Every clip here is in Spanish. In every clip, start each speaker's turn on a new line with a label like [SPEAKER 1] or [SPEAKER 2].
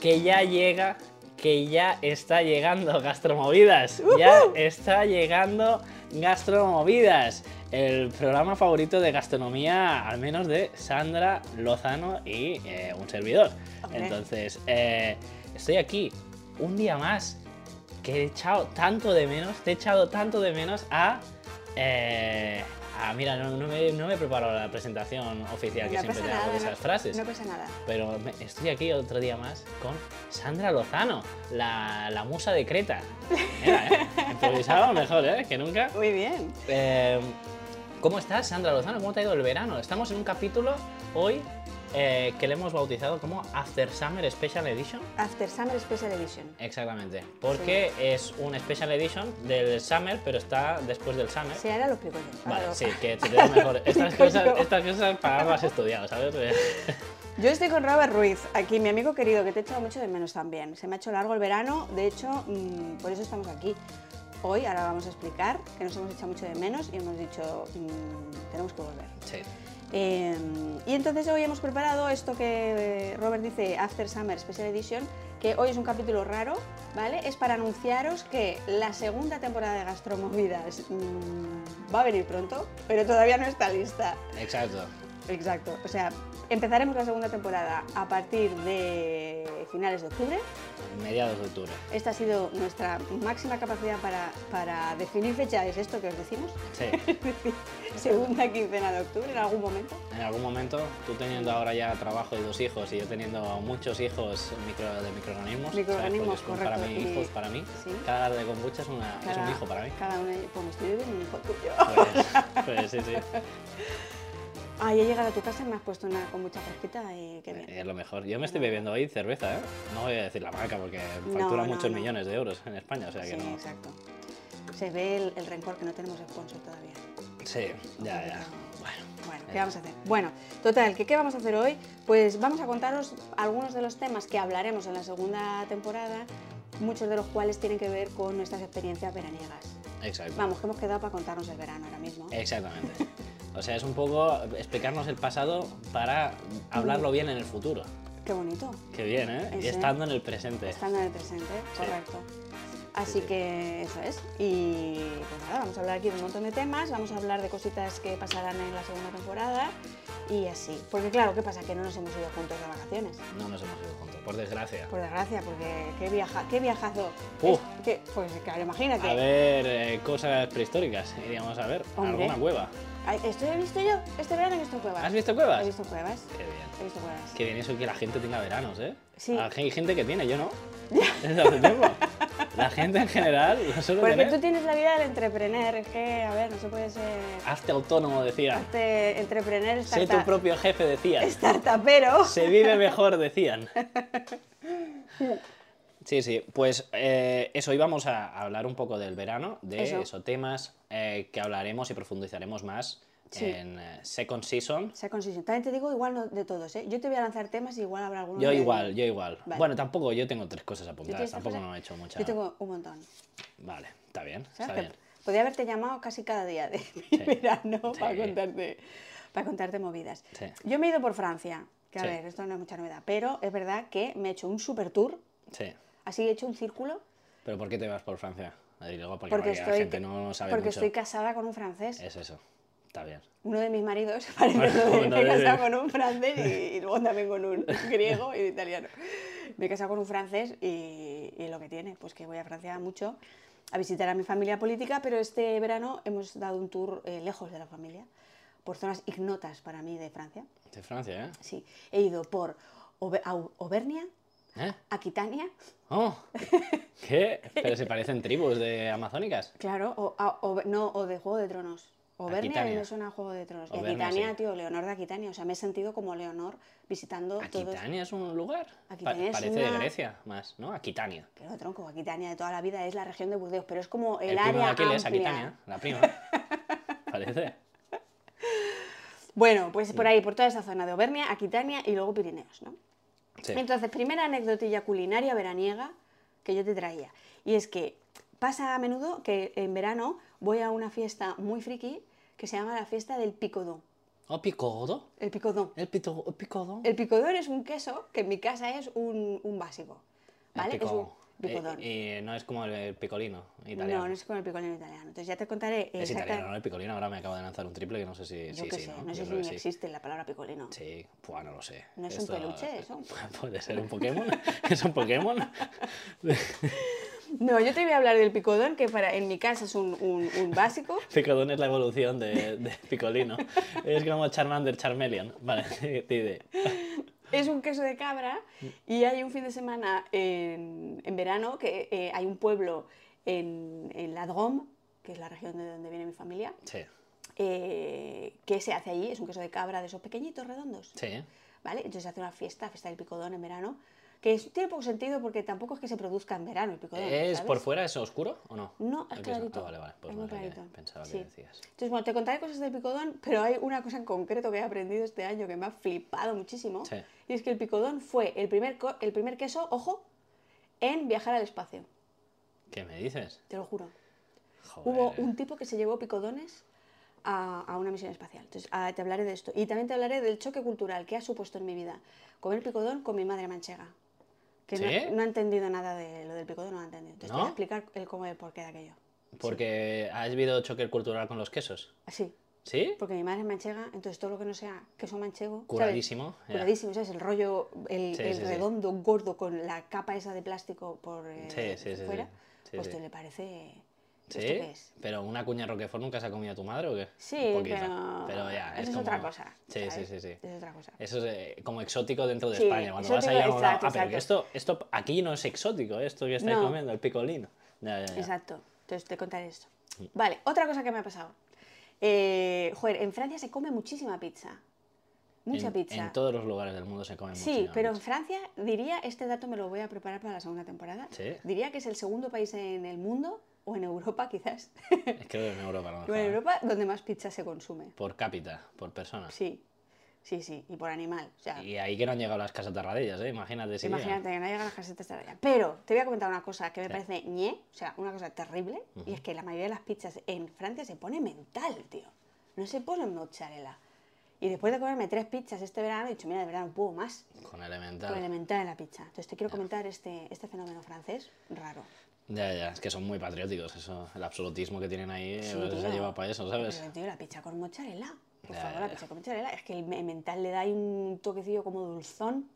[SPEAKER 1] que ya llega, que ya está llegando Gastromovidas. Ya está llegando Gastromovidas, el programa favorito de gastronomía, al menos de Sandra Lozano y eh, un servidor.
[SPEAKER 2] Hombre.
[SPEAKER 1] Entonces, eh, estoy aquí un día más que he echado tanto de menos, te he echado tanto de menos a... eh, ah, mira, no, no me, no me preparo la presentación oficial que
[SPEAKER 2] No
[SPEAKER 1] siempre
[SPEAKER 2] pasa
[SPEAKER 1] te hago de
[SPEAKER 2] nada, no-
[SPEAKER 1] esas frases.
[SPEAKER 2] No pasa nada.
[SPEAKER 1] Pero me- estoy aquí otro día más con Sandra Lozano, la, la musa de Creta. Mira, ¿eh? Improvisado mejor, ¿eh? Que nunca.
[SPEAKER 2] Muy bien.
[SPEAKER 1] Eh, ¿Cómo estás, Sandra Lozano? ¿Cómo te ha ido el verano? Estamos en un capítulo hoy eh, que le hemos bautizado como After Summer Special Edition.
[SPEAKER 2] After Summer Special Edition.
[SPEAKER 1] Exactamente, porque es un Special Edition del Summer, pero está después del Summer.
[SPEAKER 2] Se hará los picos.
[SPEAKER 1] Vale, sí, que te da mejor. Estas
[SPEAKER 2] Digo
[SPEAKER 1] cosas,
[SPEAKER 2] yo.
[SPEAKER 1] estas cosas para algo has estudiado, ¿sabes?
[SPEAKER 2] Yo estoy con Robert Ruiz, aquí mi amigo querido, que te he echado mucho de menos también. Se me ha hecho largo el verano, de hecho, mm, por eso estamos aquí. Hoy, ahora vamos a explicar que nos hemos echado mucho de menos y hemos dicho, mm, tenemos que volver.
[SPEAKER 1] Sí.
[SPEAKER 2] Eh, y entonces hoy hemos preparado esto que eh, Robert dice After Summer Special Edition, que hoy es un capítulo raro, ¿vale? Es para anunciaros que la segunda temporada de Gastromovidas mm, va a venir pronto, pero todavía no está lista.
[SPEAKER 1] Exacto.
[SPEAKER 2] Exacto. O sea, empezaremos la segunda temporada a partir de finales de octubre.
[SPEAKER 1] Mediados de octubre.
[SPEAKER 2] Esta ha sido nuestra máxima capacidad para, para definir fecha, es esto que os decimos.
[SPEAKER 1] Sí.
[SPEAKER 2] Segunda quincena de octubre, en algún momento.
[SPEAKER 1] En algún momento, tú teniendo ahora ya trabajo y dos hijos, y yo teniendo muchos hijos micro- de microorganismos. ¿sabes?
[SPEAKER 2] Microorganismos,
[SPEAKER 1] Porque son
[SPEAKER 2] correcto,
[SPEAKER 1] Para mí,
[SPEAKER 2] y-
[SPEAKER 1] hijos para mí.
[SPEAKER 2] sí.
[SPEAKER 1] Cada de kombucha es, una, es un hijo para mí.
[SPEAKER 2] Cada uno, pues me estoy bebiendo un hijo tuyo.
[SPEAKER 1] Pues, pues sí, sí.
[SPEAKER 2] Ay, he llegado a tu casa y me has puesto una con mucha fresquita y qué bien.
[SPEAKER 1] Es lo mejor. Yo me estoy bebiendo hoy cerveza, ¿eh? No voy a decir la marca porque
[SPEAKER 2] No,
[SPEAKER 1] factura
[SPEAKER 2] no,
[SPEAKER 1] muchos
[SPEAKER 2] no.
[SPEAKER 1] millones de euros en España, o sea
[SPEAKER 2] Sí,
[SPEAKER 1] que no.
[SPEAKER 2] exacto. Se ve el, el rencor que no tenemos sponsor todavía.
[SPEAKER 1] Sí, ya, ya. Bueno.
[SPEAKER 2] Bueno, ¿qué
[SPEAKER 1] Eh.
[SPEAKER 2] vamos a hacer? Bueno, total, ¿qué, ¿qué vamos a hacer hoy? Pues vamos a contaros algunos de los temas que hablaremos en la segunda temporada, muchos de los cuales tienen que ver con nuestras experiencias veraniegas.
[SPEAKER 1] Exacto.
[SPEAKER 2] Vamos, que hemos quedado para contarnos el verano ahora mismo.
[SPEAKER 1] Eh. Exactamente. O sea, es un poco explicarnos el pasado para hablarlo bien en el futuro.
[SPEAKER 2] Qué bonito,
[SPEAKER 1] Qué bien, ¿eh? Y
[SPEAKER 2] Ese.
[SPEAKER 1] estando en el presente.
[SPEAKER 2] estando en el presente,
[SPEAKER 1] Sí.
[SPEAKER 2] correcto.
[SPEAKER 1] sí.
[SPEAKER 2] Así que eso es. Y pues nada, vamos a hablar aquí de un montón de temas, vamos a hablar de cositas que pasarán en la segunda temporada y así. Porque claro, ¿qué pasa? Que no nos hemos ido juntos de vacaciones.
[SPEAKER 1] No nos hemos ido juntos, por desgracia.
[SPEAKER 2] Por desgracia, porque qué, viaja, qué viajazo.
[SPEAKER 1] Uf.
[SPEAKER 2] Es que- pues claro, imagínate.
[SPEAKER 1] Uh. A ver, eh, cosas prehistóricas, iríamos a ver.
[SPEAKER 2] Hombre.
[SPEAKER 1] Alguna cueva.
[SPEAKER 2] Ay, Esto he visto yo, este verano he visto cuevas.
[SPEAKER 1] ¿Has visto cuevas?
[SPEAKER 2] He visto cuevas,
[SPEAKER 1] Qué bien.
[SPEAKER 2] he visto cuevas.
[SPEAKER 1] Qué bien eso que la gente tenga veranos, ¿eh?
[SPEAKER 2] Sí.
[SPEAKER 1] Hay gente que tiene, yo no. Desde hace tiempo. La gente en general, nosotros
[SPEAKER 2] Porque tú tienes la vida del entrepreneur, es que, a ver, no se puede ser...
[SPEAKER 1] Hazte autónomo, decían.
[SPEAKER 2] Este entrepreneur
[SPEAKER 1] Ah. Sé tu
[SPEAKER 2] startup,
[SPEAKER 1] propio jefe, decían.
[SPEAKER 2] startupero.
[SPEAKER 1] Se vive mejor, decían. Sí, sí, pues eh, eso, hoy vamos a hablar un poco del verano, de
[SPEAKER 2] Eso.
[SPEAKER 1] eso, temas eh, que hablaremos y profundizaremos más
[SPEAKER 2] Sí.
[SPEAKER 1] en eh, Second Season.
[SPEAKER 2] Sea conciso. También te digo igual no de todos, ¿eh? Yo te voy a lanzar temas y igual habrá alguno.
[SPEAKER 1] Yo
[SPEAKER 2] que-
[SPEAKER 1] igual, yo igual.
[SPEAKER 2] Vale.
[SPEAKER 1] Bueno, tampoco, yo tengo tres cosas
[SPEAKER 2] ¿Tú
[SPEAKER 1] apuntadas,
[SPEAKER 2] tienes
[SPEAKER 1] tampoco
[SPEAKER 2] cosas?
[SPEAKER 1] no he hecho mucha.
[SPEAKER 2] Yo tengo un montón.
[SPEAKER 1] Vale, está bien,
[SPEAKER 2] ¿Sabes?
[SPEAKER 1] está
[SPEAKER 2] Que
[SPEAKER 1] bien.
[SPEAKER 2] Podría haberte llamado casi cada día de mi verano
[SPEAKER 1] Sí.
[SPEAKER 2] para, contarte, para contarte movidas.
[SPEAKER 1] Sí.
[SPEAKER 2] Yo me he ido por Francia, que a
[SPEAKER 1] Sí.
[SPEAKER 2] ver, esto no es mucha novedad, pero es verdad que me he hecho un super tour,
[SPEAKER 1] Sí.
[SPEAKER 2] así he hecho un círculo,
[SPEAKER 1] Pero ¿por qué te vas por Francia? Madrid, luego, porque,
[SPEAKER 2] porque,
[SPEAKER 1] vaya,
[SPEAKER 2] estoy,
[SPEAKER 1] la gente no sabe
[SPEAKER 2] porque
[SPEAKER 1] mucho.
[SPEAKER 2] estoy casada con un francés.
[SPEAKER 1] Es eso, está bien.
[SPEAKER 2] Uno de mis maridos parece
[SPEAKER 1] Bueno,
[SPEAKER 2] que
[SPEAKER 1] uno
[SPEAKER 2] me he
[SPEAKER 1] de-
[SPEAKER 2] casado con un francés y, y luego también con un griego y un italiano. Me he casado con un francés y, y lo que tiene, pues que voy a Francia mucho a visitar a mi familia política, pero este verano hemos dado un tour eh, lejos de la familia, por zonas ignotas para mí de Francia.
[SPEAKER 1] De Francia, ¿eh?
[SPEAKER 2] Sí, he ido por Auber- Au- Auvernia,
[SPEAKER 1] ¿Eh?
[SPEAKER 2] Aquitania,
[SPEAKER 1] Oh, ¿Qué? Pero se parecen tribus de amazónicas.
[SPEAKER 2] claro, o, a- o- no, o de Juego de Tronos. Auvernia a mí
[SPEAKER 1] Aquitania.
[SPEAKER 2] me suena a Juego de Tronos. y
[SPEAKER 1] Auvernia,
[SPEAKER 2] Aquitania,
[SPEAKER 1] sí.
[SPEAKER 2] tío, Leonor de Aquitania. O sea, me he sentido como Leonor visitando todos...
[SPEAKER 1] Aquitania es un lugar. Pa-
[SPEAKER 2] Aquitania es
[SPEAKER 1] parece de
[SPEAKER 2] una-
[SPEAKER 1] Grecia más, ¿no? Aquitania.
[SPEAKER 2] Pero tronco, Aquitania de toda la vida es la región de Burdeos, pero es como el,
[SPEAKER 1] El, primo de
[SPEAKER 2] área
[SPEAKER 1] Aquiles,
[SPEAKER 2] amplia.
[SPEAKER 1] Aquitania, la prima. parece.
[SPEAKER 2] Bueno, pues por ahí, por toda esa zona de Auvernia, Aquitania y luego Pirineos, ¿no?
[SPEAKER 1] Sí.
[SPEAKER 2] Entonces, primera anecdotilla culinaria veraniega que yo te traía. Y es que pasa a menudo que en verano voy a una fiesta muy friki que se llama la fiesta del picodón.
[SPEAKER 1] ¿O Oh, picodo?
[SPEAKER 2] El picodón.
[SPEAKER 1] ¿El, pito, el picodo?
[SPEAKER 2] El picodón es un queso que en mi casa es un, un básico. ¿Vale?
[SPEAKER 1] pico-
[SPEAKER 2] es un picodón.
[SPEAKER 1] Eh, eh, no es como el, el picolino italiano.
[SPEAKER 2] no, no es con el picolino italiano. Entonces ya te contaré.
[SPEAKER 1] es
[SPEAKER 2] exacta-
[SPEAKER 1] italiano, no el picolino. Ahora me acabo de lanzar un triple que no sé si.
[SPEAKER 2] Yo
[SPEAKER 1] sí,
[SPEAKER 2] qué
[SPEAKER 1] sí,
[SPEAKER 2] sé,
[SPEAKER 1] ¿no?
[SPEAKER 2] no,
[SPEAKER 1] Yo
[SPEAKER 2] sé si
[SPEAKER 1] creo que
[SPEAKER 2] ni
[SPEAKER 1] sí.
[SPEAKER 2] existe la palabra picolino.
[SPEAKER 1] Sí, pues no lo sé.
[SPEAKER 2] ¿No es un peluche eso?
[SPEAKER 1] Puede ser un Pokémon. ¿Es un Pokémon?
[SPEAKER 2] No, yo te voy a hablar del picodón, que para, en mi casa es un, un- un básico.
[SPEAKER 1] Picodón es la evolución de, de Picolino. Es como Charmander Charmeleon. Vale, tide.
[SPEAKER 2] Es un queso de cabra y hay un fin de semana en, en verano que eh, hay un pueblo en, en la Drôme, que es la región de donde viene mi familia,
[SPEAKER 1] Sí,
[SPEAKER 2] eh, que se hace allí, es un queso de cabra de esos pequeñitos, redondos.
[SPEAKER 1] sí.
[SPEAKER 2] ¿vale? Entonces se hace una fiesta, fiesta del picodón en verano, que es- tiene poco sentido porque tampoco es que se produzca en verano el picodón.
[SPEAKER 1] ¿Es
[SPEAKER 2] ¿sabes?
[SPEAKER 1] por fuera es oscuro o no?
[SPEAKER 2] No, es
[SPEAKER 1] El queso.
[SPEAKER 2] clarito.
[SPEAKER 1] Ah, vale, vale. Pues
[SPEAKER 2] Es
[SPEAKER 1] no
[SPEAKER 2] muy
[SPEAKER 1] sé qué-
[SPEAKER 2] clarito.
[SPEAKER 1] pensaba
[SPEAKER 2] Sí.
[SPEAKER 1] que decías.
[SPEAKER 2] Entonces, bueno, te contaré cosas del picodón, pero hay una cosa en concreto que he aprendido este año que me ha flipado muchísimo.
[SPEAKER 1] Sí.
[SPEAKER 2] Y es que el picodón fue el primer, co- el primer queso, ojo, en viajar al espacio.
[SPEAKER 1] ¿Qué me dices?
[SPEAKER 2] Te lo juro.
[SPEAKER 1] Joder.
[SPEAKER 2] Hubo un tipo que se llevó picodones a, a una misión espacial. Entonces, ah, te hablaré de esto. Y también te hablaré del choque cultural que ha supuesto en mi vida comer picodón con mi madre manchega. Que no-
[SPEAKER 1] ¿Sí?
[SPEAKER 2] no, ha entendido nada de lo del picodón, no ha entendido. Entonces, te voy
[SPEAKER 1] ¿No?
[SPEAKER 2] a explicar el cómo y el porqué de aquello.
[SPEAKER 1] Porque ha habido choque cultural con los quesos.
[SPEAKER 2] Así.
[SPEAKER 1] ¿Sí?
[SPEAKER 2] Porque mi madre es manchega, entonces todo lo que no sea queso manchego. ¿sabes?
[SPEAKER 1] Curadísimo, ya.
[SPEAKER 2] Curadísimo, ¿sabes? El rollo, el,
[SPEAKER 1] Sí,
[SPEAKER 2] el
[SPEAKER 1] sí, sí.
[SPEAKER 2] redondo, gordo, con la capa esa de plástico por eh,
[SPEAKER 1] Sí, sí, sí,
[SPEAKER 2] fuera.
[SPEAKER 1] sí. Sí,
[SPEAKER 2] pues
[SPEAKER 1] sí.
[SPEAKER 2] te le parece.
[SPEAKER 1] ¿Sí?
[SPEAKER 2] ¿Esto qué es?
[SPEAKER 1] Pero una cuña Roquefort nunca se ha comido a tu madre o qué?
[SPEAKER 2] Sí,
[SPEAKER 1] Un poquito.
[SPEAKER 2] pero.
[SPEAKER 1] Pero ya,
[SPEAKER 2] Eso es,
[SPEAKER 1] es, como-
[SPEAKER 2] otra cosa.
[SPEAKER 1] Sí, sí,
[SPEAKER 2] ¿sabes?
[SPEAKER 1] sí, sí.
[SPEAKER 2] Es otra cosa.
[SPEAKER 1] Eso es eh, como exótico dentro de
[SPEAKER 2] Sí,
[SPEAKER 1] España. Cuando vas ahí
[SPEAKER 2] exótico,
[SPEAKER 1] a un lado,
[SPEAKER 2] exacto,
[SPEAKER 1] ah, pero que
[SPEAKER 2] exacto.
[SPEAKER 1] esto, esto aquí no es exótico, esto que estáis
[SPEAKER 2] No.
[SPEAKER 1] comiendo, el picolino. Ya, ya, ya.
[SPEAKER 2] Exacto. Entonces te contaré esto. Vale, otra cosa que me ha pasado. Eh, joder, en Francia se come muchísima pizza. Mucha
[SPEAKER 1] en,
[SPEAKER 2] pizza.
[SPEAKER 1] En todos los lugares del mundo se come
[SPEAKER 2] Sí,
[SPEAKER 1] muchísima
[SPEAKER 2] pero en
[SPEAKER 1] pizza.
[SPEAKER 2] Francia diría, este dato me lo voy a preparar para la segunda temporada,
[SPEAKER 1] Sí.
[SPEAKER 2] diría que es el segundo país en el mundo, o en Europa quizás,
[SPEAKER 1] Es que en Europa a lo
[SPEAKER 2] o en
[SPEAKER 1] mejor, ¿eh?
[SPEAKER 2] Europa donde más pizza se consume.
[SPEAKER 1] Por cápita, por persona.
[SPEAKER 2] Sí, sí, sí, y por animal. O sea,
[SPEAKER 1] Y ahí que no han llegado las casas tarradillas, ¿eh? Imagínate si llegan.
[SPEAKER 2] imagínate que no llegan las casetas de allá. Pero te voy a comentar una cosa que me
[SPEAKER 1] Sí.
[SPEAKER 2] parece ñe, o sea, una cosa terrible, y es que la mayoría de las pizzas en Francia se pone mental, tío. No se pone mozzarella. Y después de comerme tres pizzas este verano, he dicho, mira, de verdad no puedo más.
[SPEAKER 1] Con elemental.
[SPEAKER 2] Con elemental en la pizza. Entonces te quiero comentar este, este fenómeno francés raro.
[SPEAKER 1] Ya, ya, es que son muy patrióticos, eso. El absolutismo que tienen ahí eh,
[SPEAKER 2] Sí,
[SPEAKER 1] pues, se
[SPEAKER 2] tío.
[SPEAKER 1] ha llevado para eso,
[SPEAKER 2] Pero,
[SPEAKER 1] ¿sabes?
[SPEAKER 2] tío, la pizza con mozzarella. Por
[SPEAKER 1] Ya,
[SPEAKER 2] favor,
[SPEAKER 1] ya,
[SPEAKER 2] la
[SPEAKER 1] ya.
[SPEAKER 2] pizza con mozzarella. Es que el me- mental le da ahí un toquecillo como dulzón,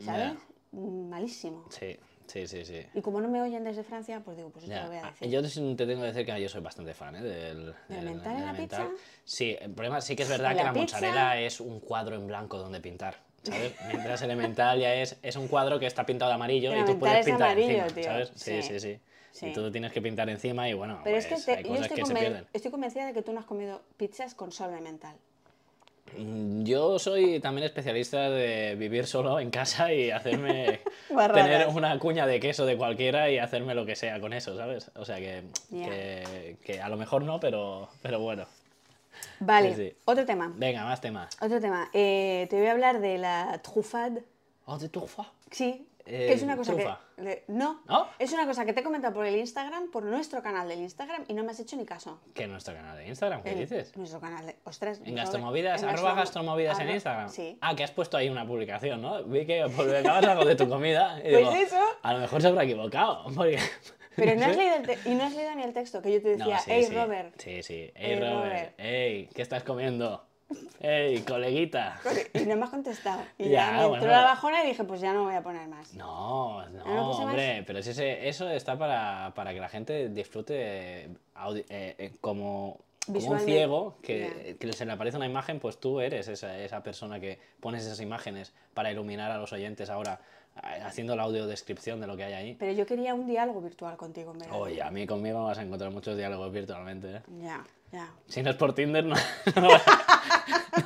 [SPEAKER 2] ¿sabes?
[SPEAKER 1] Ya.
[SPEAKER 2] Mm, Malísimo.
[SPEAKER 1] Sí, sí, sí, sí.
[SPEAKER 2] Y como no me oyen desde Francia, pues digo, pues esto
[SPEAKER 1] Ya,
[SPEAKER 2] lo voy a
[SPEAKER 1] ah,
[SPEAKER 2] decir.
[SPEAKER 1] Yo te te tengo que decir que yo soy bastante fan ¿eh? del,
[SPEAKER 2] mental en la
[SPEAKER 1] mental.
[SPEAKER 2] pizza?
[SPEAKER 1] Sí, el problema sí que es verdad
[SPEAKER 2] En
[SPEAKER 1] que
[SPEAKER 2] la
[SPEAKER 1] la
[SPEAKER 2] pizza.
[SPEAKER 1] mozzarella es un cuadro en blanco donde pintar, ¿sabes? Mientras elemental ya es, es un cuadro que está pintado de amarillo
[SPEAKER 2] Pero
[SPEAKER 1] y tú
[SPEAKER 2] Elemental
[SPEAKER 1] puedes
[SPEAKER 2] es
[SPEAKER 1] pintar
[SPEAKER 2] amarillo,
[SPEAKER 1] encima,
[SPEAKER 2] tío.
[SPEAKER 1] ¿sabes? Sí,
[SPEAKER 2] Sí,
[SPEAKER 1] sí, sí.
[SPEAKER 2] sí.
[SPEAKER 1] Y tú tienes que pintar encima y bueno,
[SPEAKER 2] Pero
[SPEAKER 1] pues,
[SPEAKER 2] es que te-
[SPEAKER 1] hay
[SPEAKER 2] yo
[SPEAKER 1] cosas
[SPEAKER 2] estoy,
[SPEAKER 1] que se
[SPEAKER 2] conven-
[SPEAKER 1] pierden.
[SPEAKER 2] estoy convencida de que tú no has comido pizzas con sal elemental.
[SPEAKER 1] Mm, Yo soy también especialista de vivir solo en casa y hacerme
[SPEAKER 2] Barradas.
[SPEAKER 1] tener una cuña de queso de cualquiera y hacerme lo que sea con eso, ¿sabes? O sea que,
[SPEAKER 2] Ya.
[SPEAKER 1] que, que a lo mejor no, pero, pero bueno.
[SPEAKER 2] Vale,
[SPEAKER 1] Sí, sí.
[SPEAKER 2] otro tema.
[SPEAKER 1] Venga, más temas.
[SPEAKER 2] Otro tema. Eh, te voy a hablar de la truffade.
[SPEAKER 1] Oh, de trufa.
[SPEAKER 2] Sí, que
[SPEAKER 1] Eh,
[SPEAKER 2] es una cosa
[SPEAKER 1] trufa.
[SPEAKER 2] que... de- no,
[SPEAKER 1] ¿No?
[SPEAKER 2] es una cosa que te he comentado por el Instagram, por nuestro canal del Instagram, y no me has hecho ni caso.
[SPEAKER 1] Que nuestro canal de Instagram, ¿qué
[SPEAKER 2] El-
[SPEAKER 1] dices?
[SPEAKER 2] Nuestro canal de... Ostras.
[SPEAKER 1] En
[SPEAKER 2] no,
[SPEAKER 1] Gastromovidas,
[SPEAKER 2] Eh, en
[SPEAKER 1] arroba
[SPEAKER 2] Gastromo-
[SPEAKER 1] Gastromovidas en
[SPEAKER 2] arro-
[SPEAKER 1] Instagram.
[SPEAKER 2] Sí.
[SPEAKER 1] Ah, que has puesto ahí una publicación, ¿no? Vi que publicabas algo de tu comida. y
[SPEAKER 2] Pues eso.
[SPEAKER 1] A lo mejor se habrá equivocado. Porque...
[SPEAKER 2] Pero no
[SPEAKER 1] sé.
[SPEAKER 2] has, leído el te- y no has leído ni el texto, que yo
[SPEAKER 1] No,
[SPEAKER 2] te decía,
[SPEAKER 1] sí,
[SPEAKER 2] hey
[SPEAKER 1] sí.
[SPEAKER 2] Robert.
[SPEAKER 1] Sí, sí. Hey,
[SPEAKER 2] Ey,
[SPEAKER 1] Robert.
[SPEAKER 2] Robert.
[SPEAKER 1] Hey, ¿qué estás comiendo? Hey, coleguita.
[SPEAKER 2] Y no me has contestado. Y ya,
[SPEAKER 1] Ya,
[SPEAKER 2] me entró
[SPEAKER 1] bueno.
[SPEAKER 2] la bajona y dije, pues ya no voy a poner más.
[SPEAKER 1] No,
[SPEAKER 2] Ah, no
[SPEAKER 1] no,
[SPEAKER 2] puse más.
[SPEAKER 1] hombre, pero si ese- eso está para, para que la gente disfrute audi- eh, eh, como, como un
[SPEAKER 2] Visualmente,
[SPEAKER 1] ciego que, que se le aparece una imagen, pues tú eres esa, esa persona que pones esas imágenes para iluminar a los oyentes ahora eh, haciendo la audiodescripción de lo que hay ahí.
[SPEAKER 2] Pero yo quería un diálogo virtual contigo, en verdad.
[SPEAKER 1] Oye, a mí conmigo vas a encontrar muchos diálogos virtualmente. ¿eh?
[SPEAKER 2] Ya, ya.
[SPEAKER 1] Si no es por Tinder, no, no lo, vas,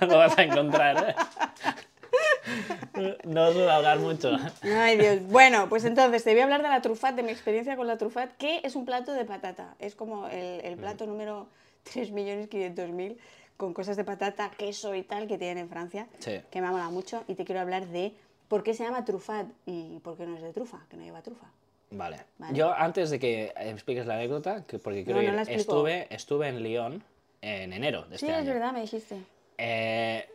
[SPEAKER 1] no lo vas a encontrar. ¿eh? No suelo hablar mucho.
[SPEAKER 2] Ay, Dios. Bueno, pues entonces te voy a hablar de la trufat, de mi experiencia con la trufat, que es un plato de patata. Es como el,
[SPEAKER 1] Mm.
[SPEAKER 2] el plato número 3.500.000 con cosas de patata, queso y tal que tienen en Francia,
[SPEAKER 1] Sí.
[SPEAKER 2] que me ha molado mucho. Y te quiero hablar de por qué se llama trufat y por qué no es de trufa, que no lleva trufa.
[SPEAKER 1] Vale.
[SPEAKER 2] Vale.
[SPEAKER 1] Yo antes de que expliques la anécdota, que porque quiero
[SPEAKER 2] No, no
[SPEAKER 1] ir,
[SPEAKER 2] la explico.
[SPEAKER 1] estuve, estuve en Lyon en enero de este
[SPEAKER 2] sí, es
[SPEAKER 1] año.
[SPEAKER 2] verdad, me dijiste.
[SPEAKER 1] eh,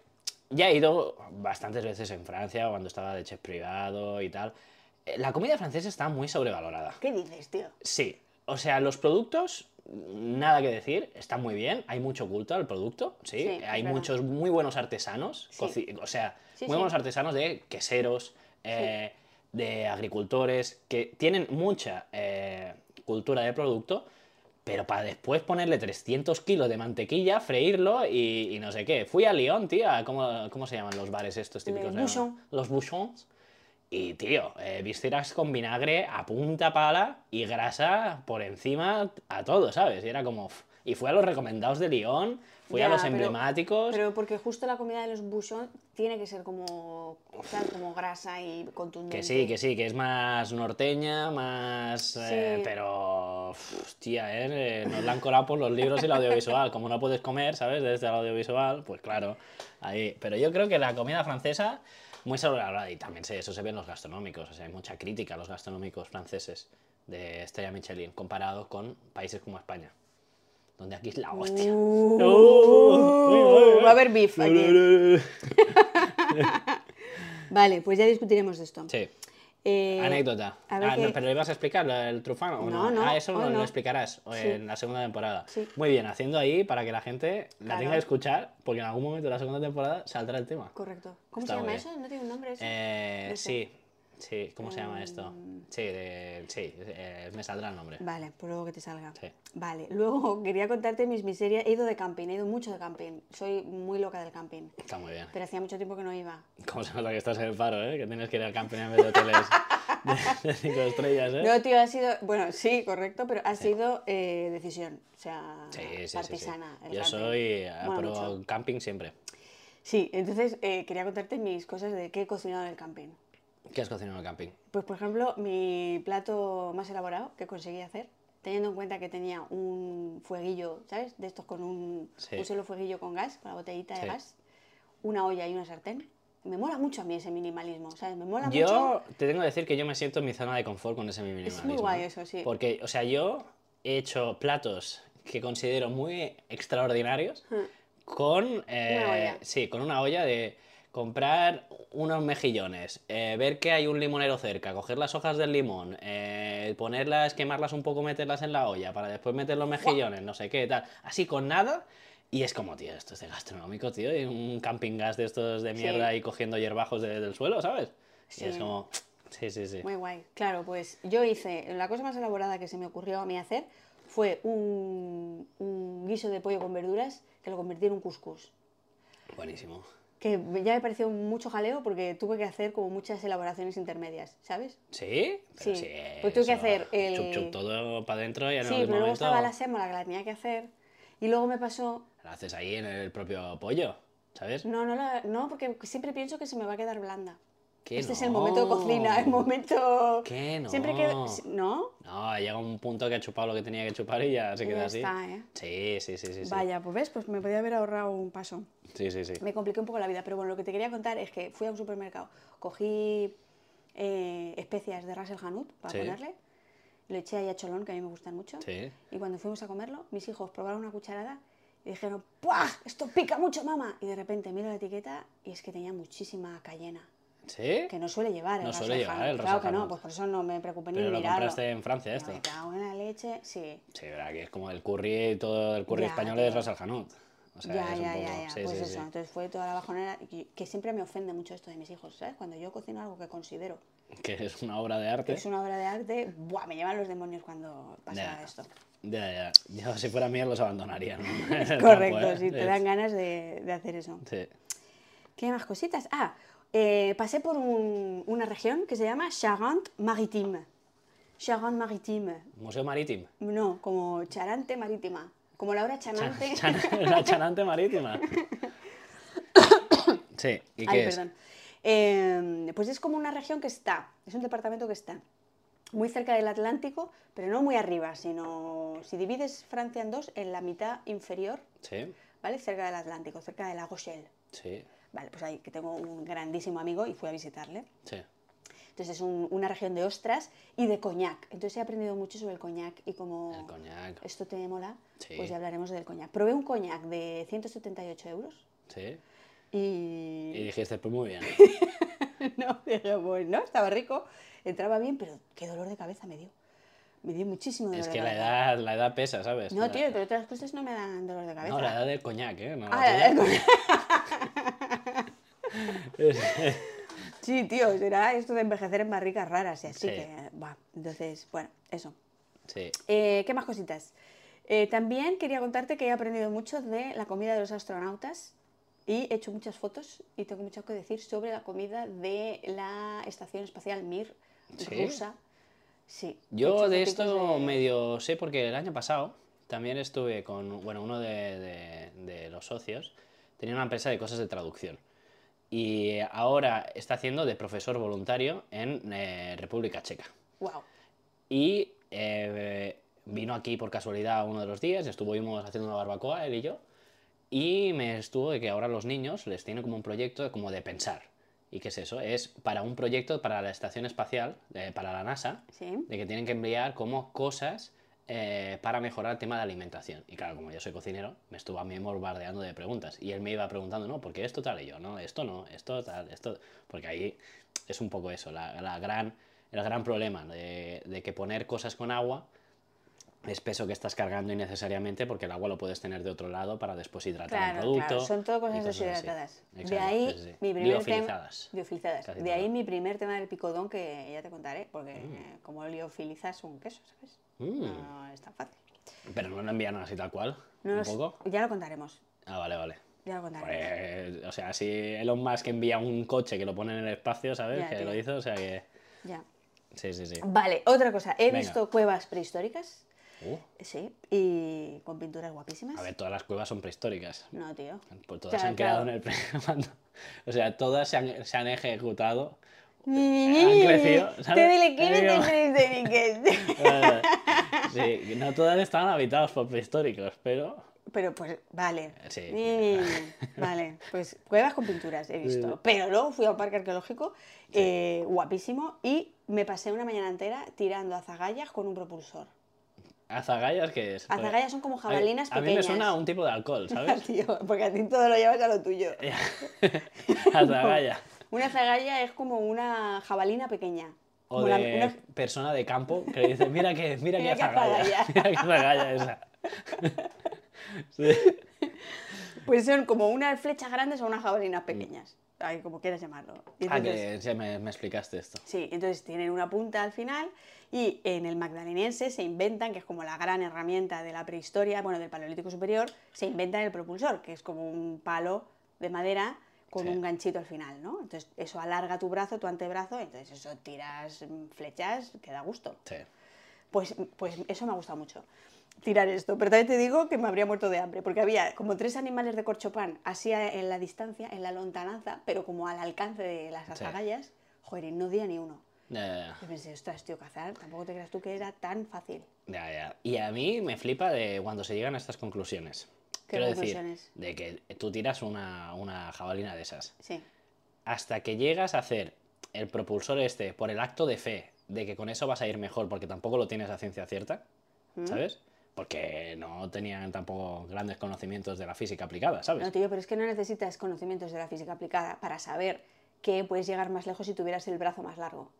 [SPEAKER 1] ya he ido bastantes veces en Francia cuando estaba de chef privado y tal. Eh, La comida francesa está muy sobrevalorada.
[SPEAKER 2] ¿Qué dices, tío?
[SPEAKER 1] Sí, o sea, los productos, nada que decir, están muy bien, hay mucho culto al producto, sí,
[SPEAKER 2] Sí, es
[SPEAKER 1] hay
[SPEAKER 2] verdad.
[SPEAKER 1] muchos muy buenos artesanos,
[SPEAKER 2] Sí.
[SPEAKER 1] coci- o sea,
[SPEAKER 2] Sí,
[SPEAKER 1] muy
[SPEAKER 2] sí.
[SPEAKER 1] buenos artesanos de queseros, eh, de agricultores, que tienen mucha eh, cultura de producto, pero para después ponerle 300 kilos de mantequilla, freírlo y, y no sé qué. Fui a Lyon, tío, a cómo, cómo se llaman los bares estos
[SPEAKER 2] Le
[SPEAKER 1] típicos. de-
[SPEAKER 2] Eh, Bouchon.
[SPEAKER 1] Los bouchons. Y, tío, eh, vísceras con vinagre a punta pala y grasa por encima a todo, ¿sabes? Y era como... pff. Y fui a los recomendados de Lyon, fui a
[SPEAKER 2] Ya,
[SPEAKER 1] los
[SPEAKER 2] pero-
[SPEAKER 1] emblemáticos...
[SPEAKER 2] Pero porque justo la comida de los bouchons tiene que ser como, tal, como grasa y contundente.
[SPEAKER 1] Que sí, que sí, que es más norteña, más... eh,
[SPEAKER 2] Sí.
[SPEAKER 1] pero... pff, Hostia, ¿eh? Eh, Nos la han colado por los libros y el audiovisual. Como no puedes comer, ¿sabes? Desde el audiovisual, pues claro. Ahí. Pero yo creo que la comida francesa, muy sobrevalorada. Y también se- eso se ve en los gastronómicos. O sea, hay mucha crítica a los gastronómicos franceses de Estrella Michelin comparado con países como España. Donde aquí es la hostia. Uh.
[SPEAKER 2] Uh,
[SPEAKER 1] uy, uy, uy.
[SPEAKER 2] va a haber beef aquí.
[SPEAKER 1] Sí.
[SPEAKER 2] Vale, pues ya discutiremos de esto. Eh,
[SPEAKER 1] Anécdota.
[SPEAKER 2] a ver
[SPEAKER 1] Ah,
[SPEAKER 2] qué-
[SPEAKER 1] no, pero lo ibas a explicar, lo del trufano. ¿o
[SPEAKER 2] No, no,
[SPEAKER 1] Ah, eso
[SPEAKER 2] hoy
[SPEAKER 1] lo, lo
[SPEAKER 2] no.
[SPEAKER 1] explicarás o
[SPEAKER 2] Sí.
[SPEAKER 1] en la segunda temporada.
[SPEAKER 2] Sí.
[SPEAKER 1] Muy bien, haciendo ahí para que la gente la
[SPEAKER 2] Claro.
[SPEAKER 1] tenga que escuchar, porque en algún momento de la segunda temporada saldrá el tema.
[SPEAKER 2] Correcto. ¿Cómo
[SPEAKER 1] Está
[SPEAKER 2] se llama
[SPEAKER 1] muy
[SPEAKER 2] eso? ¿No tiene un nombre eso?
[SPEAKER 1] Eh,
[SPEAKER 2] No sé.
[SPEAKER 1] sí, sí, ¿cómo se llama esto?
[SPEAKER 2] Mm.
[SPEAKER 1] Sí, de- sí eh, me saldrá el nombre.
[SPEAKER 2] Vale, pues luego que te salga.
[SPEAKER 1] Sí.
[SPEAKER 2] Vale, luego quería contarte mis miserias. He ido de camping, he ido mucho de camping. Soy muy loca del camping.
[SPEAKER 1] Está muy bien.
[SPEAKER 2] Pero hacía mucho tiempo que no iba.
[SPEAKER 1] ¿Cómo se nota que estás en el paro, eh? Que tienes que ir al campeón en vez de hoteles de- de cinco estrellas, eh?
[SPEAKER 2] No, tío, ha sido. Bueno, sí, correcto, pero ha sido eh, decisión. O sea,
[SPEAKER 1] sí, sí, sí, sí,
[SPEAKER 2] partisana. el
[SPEAKER 1] Yo
[SPEAKER 2] camping.
[SPEAKER 1] soy eh,
[SPEAKER 2] Mola
[SPEAKER 1] apruebo
[SPEAKER 2] mucho.
[SPEAKER 1] camping siempre.
[SPEAKER 2] Sí, entonces eh, quería contarte mis cosas de qué he cocinado en el camping.
[SPEAKER 1] ¿Qué has cocinado en el camping?
[SPEAKER 2] Pues, por ejemplo, mi plato más elaborado que conseguí hacer, teniendo en cuenta que tenía un fueguillo, ¿sabes? De estos con un,
[SPEAKER 1] Sí.
[SPEAKER 2] un solo fueguillo con gas, con la botellita
[SPEAKER 1] Sí.
[SPEAKER 2] de gas, una olla y una sartén. Me mola mucho a mí ese minimalismo, ¿sabes? Me mola mucho.
[SPEAKER 1] Yo te tengo que decir que yo me siento en mi zona de confort con ese minimalismo.
[SPEAKER 2] Es muy guay eso, sí.
[SPEAKER 1] Porque, o sea, yo he hecho platos que considero muy extraordinarios con, eh,
[SPEAKER 2] Hmm. olla.
[SPEAKER 1] sí, con una olla de comprar unos mejillones, eh, ver que hay un limonero cerca, coger las hojas del limón, eh, ponerlas, quemarlas un poco, meterlas en la olla para después meter los mejillones, no sé qué, tal, así con nada. Y es como, tío, esto es de gastronómico, tío, y un camping gas de estos de
[SPEAKER 2] Sí.
[SPEAKER 1] mierda y cogiendo hierbajos de- del suelo, ¿sabes? Y es
[SPEAKER 2] Sí.
[SPEAKER 1] como, sí, sí, sí.
[SPEAKER 2] Muy guay. Claro, pues yo hice, la cosa más elaborada que se me ocurrió a mí hacer fue un, un guiso de pollo con verduras que lo convertí en un couscous.
[SPEAKER 1] Buenísimo.
[SPEAKER 2] Que ya me pareció mucho jaleo porque tuve que hacer como muchas elaboraciones intermedias, ¿sabes?
[SPEAKER 1] ¿Sí? Pero
[SPEAKER 2] Sí. Pues tuve que
[SPEAKER 1] eso,
[SPEAKER 2] hacer el-
[SPEAKER 1] Chup, chup, todo para adentro y en
[SPEAKER 2] Sí,
[SPEAKER 1] algún
[SPEAKER 2] pero luego
[SPEAKER 1] momento
[SPEAKER 2] estaba la sémola que la tenía que hacer. Y luego me pasó.
[SPEAKER 1] la haces ahí en el propio pollo, ¿sabes?
[SPEAKER 2] No, no, la- no, porque siempre pienso que se me va a quedar blanda.
[SPEAKER 1] Que
[SPEAKER 2] este es el momento de cocina, el
[SPEAKER 1] no.
[SPEAKER 2] momento.
[SPEAKER 1] Que no.
[SPEAKER 2] Siempre que. ¿No?
[SPEAKER 1] No, llega un punto que ha chupado lo que tenía que chupar y ya se
[SPEAKER 2] Y
[SPEAKER 1] queda
[SPEAKER 2] ya
[SPEAKER 1] así.
[SPEAKER 2] está, ¿eh?
[SPEAKER 1] Sí, sí, sí, sí. sí.
[SPEAKER 2] Vaya, pues ves, pues me podía haber ahorrado un paso.
[SPEAKER 1] Sí, sí, sí.
[SPEAKER 2] Me compliqué un poco la vida, pero bueno, lo que te quería contar es que fui a un supermercado, cogí eh, especias de Ras el Hanout para
[SPEAKER 1] Sí.
[SPEAKER 2] ponerle, lo eché ahí a cholón, que a mí me gustan mucho,
[SPEAKER 1] Sí.
[SPEAKER 2] y cuando fuimos a comerlo, mis hijos probaron una cucharada y dijeron, ¡buah! Esto pica mucho, mamá. Y de repente miro la etiqueta y es que tenía muchísima cayena,
[SPEAKER 1] ¿sí.
[SPEAKER 2] que no suele llevar el
[SPEAKER 1] No
[SPEAKER 2] Ras
[SPEAKER 1] suele
[SPEAKER 2] el
[SPEAKER 1] llevar
[SPEAKER 2] Hanout.
[SPEAKER 1] el Ras
[SPEAKER 2] Claro
[SPEAKER 1] el
[SPEAKER 2] que no,
[SPEAKER 1] Hanout.
[SPEAKER 2] pues por eso no me preocupé ni
[SPEAKER 1] Pero
[SPEAKER 2] en
[SPEAKER 1] lo
[SPEAKER 2] mirarlo.
[SPEAKER 1] compraste en Francia esto.
[SPEAKER 2] Pero Me cago en la leche, sí.
[SPEAKER 1] Sí, verdad que es como el curry, todo el curry
[SPEAKER 2] Ya,
[SPEAKER 1] español es
[SPEAKER 2] tío.
[SPEAKER 1] Ras al Hanout. O sea,
[SPEAKER 2] ya,
[SPEAKER 1] es un
[SPEAKER 2] ya,
[SPEAKER 1] poco...
[SPEAKER 2] ya, ya.
[SPEAKER 1] Sí,
[SPEAKER 2] pues
[SPEAKER 1] sí,
[SPEAKER 2] eso,
[SPEAKER 1] sí.
[SPEAKER 2] entonces fue toda la bajonera, y que siempre me ofende mucho esto de mis hijos, ¿sabes? Cuando yo cocino algo que considero
[SPEAKER 1] Que es una obra de
[SPEAKER 2] que
[SPEAKER 1] arte.
[SPEAKER 2] es una obra de arte, ¡buah! Me llevan los demonios cuando pasa
[SPEAKER 1] Ya.
[SPEAKER 2] esto.
[SPEAKER 1] Ya, ya. Yo, si fuera mía, los abandonaría. ¿no? En el campo,
[SPEAKER 2] Correcto,
[SPEAKER 1] ¿eh?
[SPEAKER 2] sí, te dan ganas de, de hacer eso.
[SPEAKER 1] Sí.
[SPEAKER 2] ¿Qué más cositas? Ah, eh, pasé por un- una región que se llama Charente-Maritime. Charente-Maritime.
[SPEAKER 1] Museo Marítimo.
[SPEAKER 2] No, como Charante Marítima. Como la hora Chanante.
[SPEAKER 1] La chanante marítima. Sí, ¿y qué
[SPEAKER 2] Ay,
[SPEAKER 1] es?
[SPEAKER 2] perdón. Eh, pues es como una región que está, es un departamento que está muy cerca del Atlántico, pero no muy arriba, sino si divides Francia en dos, en la mitad inferior,
[SPEAKER 1] Sí,
[SPEAKER 2] ¿vale? Cerca del Atlántico, cerca del lago Shell.
[SPEAKER 1] sí,
[SPEAKER 2] Vale, pues ahí que tengo un grandísimo amigo y fui a visitarle.
[SPEAKER 1] sí.
[SPEAKER 2] Entonces es un- una región de ostras y de coñac. Entonces he aprendido mucho sobre el coñac y cómo
[SPEAKER 1] El coñac.
[SPEAKER 2] esto te mola,
[SPEAKER 1] Sí.
[SPEAKER 2] pues ya hablaremos del coñac. Probé un coñac de 178 euros,
[SPEAKER 1] Sí. Y
[SPEAKER 2] Y
[SPEAKER 1] dijiste, pues muy bien.
[SPEAKER 2] no, dije, bueno, estaba rico, entraba bien, pero qué dolor de cabeza me dio. Me dio muchísimo dolor
[SPEAKER 1] Es
[SPEAKER 2] de
[SPEAKER 1] que la
[SPEAKER 2] cabeza.
[SPEAKER 1] edad, la edad pesa, ¿sabes?
[SPEAKER 2] No,
[SPEAKER 1] La-
[SPEAKER 2] tío, pero otras cosas no me dan dolor de cabeza.
[SPEAKER 1] No, la edad del coñac, ¿eh? No, la
[SPEAKER 2] Ah, la
[SPEAKER 1] tuya.
[SPEAKER 2] edad con- Sí, tío, será esto de envejecer en barricas raras y así
[SPEAKER 1] Sí.
[SPEAKER 2] que va. Entonces, bueno, eso.
[SPEAKER 1] sí.
[SPEAKER 2] Eh, ¿Qué más cositas? Eh, también quería contarte que he aprendido mucho de la comida de los astronautas y he hecho muchas fotos y tengo mucho que decir sobre la comida de la Estación Espacial Mir
[SPEAKER 1] ¿Sí?
[SPEAKER 2] rusa. Sí. he
[SPEAKER 1] Yo
[SPEAKER 2] hecho
[SPEAKER 1] de
[SPEAKER 2] fotitos
[SPEAKER 1] esto
[SPEAKER 2] de-
[SPEAKER 1] medio sé porque el año pasado también estuve con bueno, uno de, de- de los socios, tenía una empresa de cosas de traducción. Y ahora está haciendo de profesor voluntario en eh, República Checa.
[SPEAKER 2] Guau.
[SPEAKER 1] Y eh, vino aquí por casualidad uno de los días, estuvimos haciendo una barbacoa, él y yo, y me estuvo de que ahora los niños les tienen como un proyecto como de pensar. ¿Y qué es eso? Es para un proyecto para la estación espacial, eh, para la NASA,
[SPEAKER 2] Sí.
[SPEAKER 1] de que tienen que enviar como cosas eh, para mejorar el tema de alimentación. Y claro, como yo soy cocinero, me estuvo a mí bombardeando de preguntas. Y él me iba preguntando, no, porque esto tal y yo, no, esto no, esto tal, esto... Porque ahí es un poco eso, la, la gran, el gran problema de, de que poner cosas con agua es peso que estás cargando innecesariamente porque el agua lo puedes tener de otro lado para después hidratar el
[SPEAKER 2] Claro,
[SPEAKER 1] producto.
[SPEAKER 2] claro, son todo
[SPEAKER 1] y
[SPEAKER 2] cosas
[SPEAKER 1] así.
[SPEAKER 2] deshidratadas. de
[SPEAKER 1] Exacto,
[SPEAKER 2] ahí
[SPEAKER 1] sí, sí, sí.
[SPEAKER 2] mi primer tema,
[SPEAKER 1] Liofilizadas.
[SPEAKER 2] liofilizadas.
[SPEAKER 1] Casi
[SPEAKER 2] De ahí
[SPEAKER 1] todo.
[SPEAKER 2] mi primer tema del picodón que ya te contaré, porque eh, como liofilizas un queso, ¿sabes?
[SPEAKER 1] Mm,
[SPEAKER 2] No es tan fácil.
[SPEAKER 1] pero no lo enviaron así tal cual,
[SPEAKER 2] No
[SPEAKER 1] un
[SPEAKER 2] lo sé,
[SPEAKER 1] poco.
[SPEAKER 2] Ya lo contaremos.
[SPEAKER 1] Ah, vale, vale.
[SPEAKER 2] Ya lo contaremos.
[SPEAKER 1] Pues, o sea, si Elon Musk envía un coche que lo pone en el espacio, ¿sabes?
[SPEAKER 2] Ya,
[SPEAKER 1] que
[SPEAKER 2] tío. Ah.
[SPEAKER 1] lo hizo, o sea que.
[SPEAKER 2] Ya.
[SPEAKER 1] Sí, sí, sí.
[SPEAKER 2] Vale, otra cosa. He
[SPEAKER 1] Venga.
[SPEAKER 2] visto cuevas prehistóricas.
[SPEAKER 1] Uh,
[SPEAKER 2] Sí. Y con pinturas guapísimas.
[SPEAKER 1] a ver, todas las cuevas son prehistóricas.
[SPEAKER 2] No, tío.
[SPEAKER 1] Pues todas
[SPEAKER 2] Claro,
[SPEAKER 1] se han creado
[SPEAKER 2] claro.
[SPEAKER 1] en el pre- O sea, todas se han, se han ejecutado.
[SPEAKER 2] Han
[SPEAKER 1] crecido,
[SPEAKER 2] Te
[SPEAKER 1] ¿sabes?
[SPEAKER 2] dile que
[SPEAKER 1] Te digo.
[SPEAKER 2] no te crees
[SPEAKER 1] Eh, sí, no todas están habitadas por prehistóricos, pero.
[SPEAKER 2] Pero pues, vale.
[SPEAKER 1] Sí.
[SPEAKER 2] Mm, Vale, pues cuevas con pinturas he visto. Pero luego fui a un parque arqueológico eh, guapísimo y me pasé una mañana entera tirando azagallas con un propulsor.
[SPEAKER 1] Azagallas, que es? Porque-
[SPEAKER 2] Azagallas son como
[SPEAKER 1] A-
[SPEAKER 2] jabalinas
[SPEAKER 1] a, mí me
[SPEAKER 2] pequeñas.
[SPEAKER 1] suena a un tipo de alcohol, ¿sabes?
[SPEAKER 2] Tío, porque a ti todo lo llevas a lo tuyo.
[SPEAKER 1] Azagalla.
[SPEAKER 2] Una zagalla es como una jabalina pequeña.
[SPEAKER 1] O
[SPEAKER 2] Como la-
[SPEAKER 1] de
[SPEAKER 2] una-
[SPEAKER 1] persona de campo que le dice, mira que, mira que
[SPEAKER 2] Mira qué
[SPEAKER 1] azagalla.
[SPEAKER 2] azagalla.
[SPEAKER 1] Mira que azagalla esa. Sí.
[SPEAKER 2] pues son como unas flechas grandes o unas jabalinas pequeñas. Ay, como quieras llamarlo. Y
[SPEAKER 1] Mm. Ah,
[SPEAKER 2] entonces-
[SPEAKER 1] que ya me, me explicaste esto.
[SPEAKER 2] Sí, entonces tienen una punta al final y en el magdalenense se inventan, que es como la gran herramienta de la prehistoria, bueno, del paleolítico superior, se inventan el propulsor, que es como un palo de madera con
[SPEAKER 1] Sí.
[SPEAKER 2] un ganchito al final, ¿no? Entonces eso alarga tu brazo, tu antebrazo, entonces eso tiras mm, flechas, que da gusto.
[SPEAKER 1] Sí.
[SPEAKER 2] Pues, pues eso me ha gustado mucho, tirar esto. Pero también te digo que me habría muerto de hambre, porque había como tres animales de corchopán, así a- en la distancia, en la lontananza, pero como al alcance de las azagallas. Joder, y no di a ni uno.
[SPEAKER 1] Ya, ya,
[SPEAKER 2] Yo pensé, ostras, tío, cazar, tampoco te creas tú que era tan fácil.
[SPEAKER 1] ya, ya. Y a mí me flipa de cuando se llegan a estas conclusiones.
[SPEAKER 2] ¿Qué
[SPEAKER 1] Quiero
[SPEAKER 2] conclusiones?
[SPEAKER 1] decir, de que tú tiras una, una jabalina de esas.
[SPEAKER 2] Sí.
[SPEAKER 1] Hasta que llegas a hacer el propulsor este por el acto de fe de que con eso vas a ir mejor, porque tampoco lo tienes a ciencia cierta, ¿sabes? Porque no tenían tampoco grandes conocimientos de la física aplicada, ¿sabes?
[SPEAKER 2] No, tío, pero es que no necesitas conocimientos de la física aplicada para saber que puedes llegar más lejos si tuvieras el brazo más largo.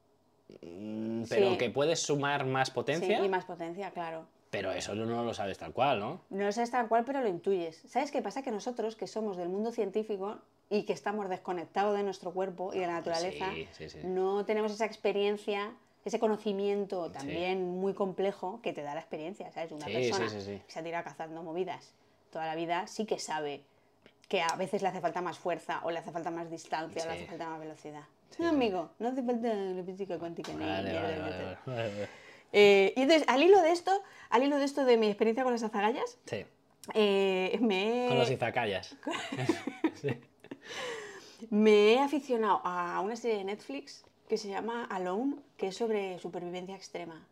[SPEAKER 1] Mm, Pero
[SPEAKER 2] Sí.
[SPEAKER 1] que puedes sumar más
[SPEAKER 2] Sí,
[SPEAKER 1] potencia,
[SPEAKER 2] y más potencia, claro.
[SPEAKER 1] pero eso no lo sabes tal cual, ¿no?
[SPEAKER 2] No lo sabes tal cual, pero lo intuyes. ¿Sabes qué pasa? Que nosotros, que somos del mundo científico y que estamos desconectados de nuestro cuerpo y de la naturaleza,
[SPEAKER 1] Ah, pues Sí, sí, sí.
[SPEAKER 2] no tenemos esa experiencia, ese conocimiento también muy complejo que te da la experiencia, ¿sabes? Una
[SPEAKER 1] Sí,
[SPEAKER 2] persona
[SPEAKER 1] sí, sí, sí.
[SPEAKER 2] que se ha tirado cazando movidas toda la vida sí que sabe que a veces le hace falta más fuerza o le hace falta más distancia o le
[SPEAKER 1] Sí.
[SPEAKER 2] hace falta más velocidad. No, amigo, no hace falta la física cuántica. ni
[SPEAKER 1] Vale,
[SPEAKER 2] mierda,
[SPEAKER 1] vale,
[SPEAKER 2] ni
[SPEAKER 1] vale,
[SPEAKER 2] tal.
[SPEAKER 1] vale, vale.
[SPEAKER 2] Eh, y entonces, al hilo de esto, al hilo de esto de mi experiencia con las azagallas,
[SPEAKER 1] Sí,
[SPEAKER 2] eh, me, he-
[SPEAKER 1] con los izacayas.
[SPEAKER 2] me he aficionado a una serie de Netflix que se llama Alone, que es sobre supervivencia extrema.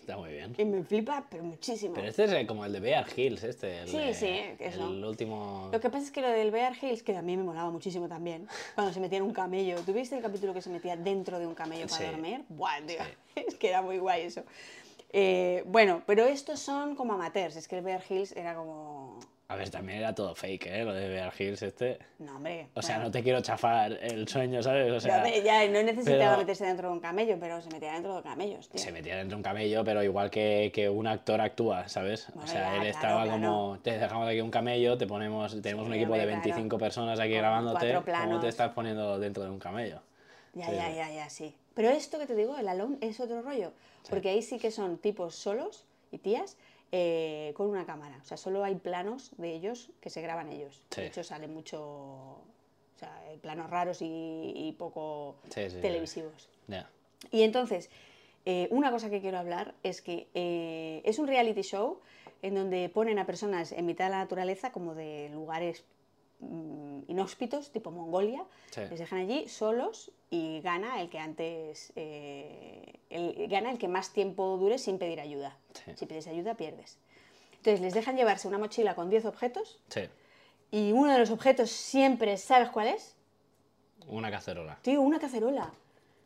[SPEAKER 1] Está muy bien.
[SPEAKER 2] Y me flipa, pero muchísimo.
[SPEAKER 1] Pero este es eh, como el de Bear Hills, este. El,
[SPEAKER 2] Sí,
[SPEAKER 1] de-
[SPEAKER 2] sí, eso.
[SPEAKER 1] El último...
[SPEAKER 2] Lo que pasa es que lo del Bear Hills, que a mí me molaba muchísimo también, cuando se metía en un camello. ¿Tuviste el capítulo que se metía dentro de un camello para
[SPEAKER 1] Sí.
[SPEAKER 2] dormir? Buah, tío, es que era muy guay eso. Eh, bueno, pero estos son como amateurs, es que el Bear Hills era como...
[SPEAKER 1] A ver, también era todo fake, ¿eh? Lo de Bear Hills este.
[SPEAKER 2] No, hombre.
[SPEAKER 1] O sea,
[SPEAKER 2] bueno.
[SPEAKER 1] no te quiero chafar el sueño, ¿sabes? O
[SPEAKER 2] Ya,
[SPEAKER 1] sea,
[SPEAKER 2] hombre, ya, no necesitaba
[SPEAKER 1] pero-
[SPEAKER 2] meterse dentro de un camello, pero se metía dentro de camellos, tío.
[SPEAKER 1] se metía dentro de un camello, pero igual que, que un actor actúa, ¿sabes? o
[SPEAKER 2] Bueno,
[SPEAKER 1] sea,
[SPEAKER 2] ya,
[SPEAKER 1] él
[SPEAKER 2] claro,
[SPEAKER 1] estaba
[SPEAKER 2] claro.
[SPEAKER 1] como, te dejamos aquí un camello, te ponemos, tenemos un
[SPEAKER 2] Sí,
[SPEAKER 1] equipo de
[SPEAKER 2] hombre, claro.
[SPEAKER 1] 25 personas aquí
[SPEAKER 2] Con
[SPEAKER 1] grabándote,
[SPEAKER 2] cuatro
[SPEAKER 1] ¿cómo
[SPEAKER 2] planos.
[SPEAKER 1] te estás poniendo dentro de un camello?
[SPEAKER 2] Ya,
[SPEAKER 1] Sí,
[SPEAKER 2] ya,
[SPEAKER 1] sí.
[SPEAKER 2] ya, ya, sí. Pero esto que te digo, el alone, es otro rollo. Porque ahí sí que son tipos solos y tías eh, con una cámara. O sea, solo hay planos de ellos que se graban ellos.
[SPEAKER 1] Sí.
[SPEAKER 2] De hecho, sale mucho. O sea, hay planos raros y, y poco
[SPEAKER 1] Sí, sí, sí.
[SPEAKER 2] televisivos.
[SPEAKER 1] Ya.
[SPEAKER 2] Y entonces, eh, una cosa que quiero hablar es que eh, es un reality show en donde ponen a personas en mitad de la naturaleza, como de lugares mm, inhóspitos, tipo Mongolia,
[SPEAKER 1] Sí.
[SPEAKER 2] les dejan allí solos y gana el que antes, eh, el- gana el que más tiempo dure sin pedir ayuda.
[SPEAKER 1] Sí.
[SPEAKER 2] Si pides ayuda, pierdes. Entonces les dejan llevarse una mochila con 10 objetos
[SPEAKER 1] Sí,
[SPEAKER 2] y uno de los objetos siempre, ¿sabes cuál es?
[SPEAKER 1] una cacerola.
[SPEAKER 2] Tío, una cacerola.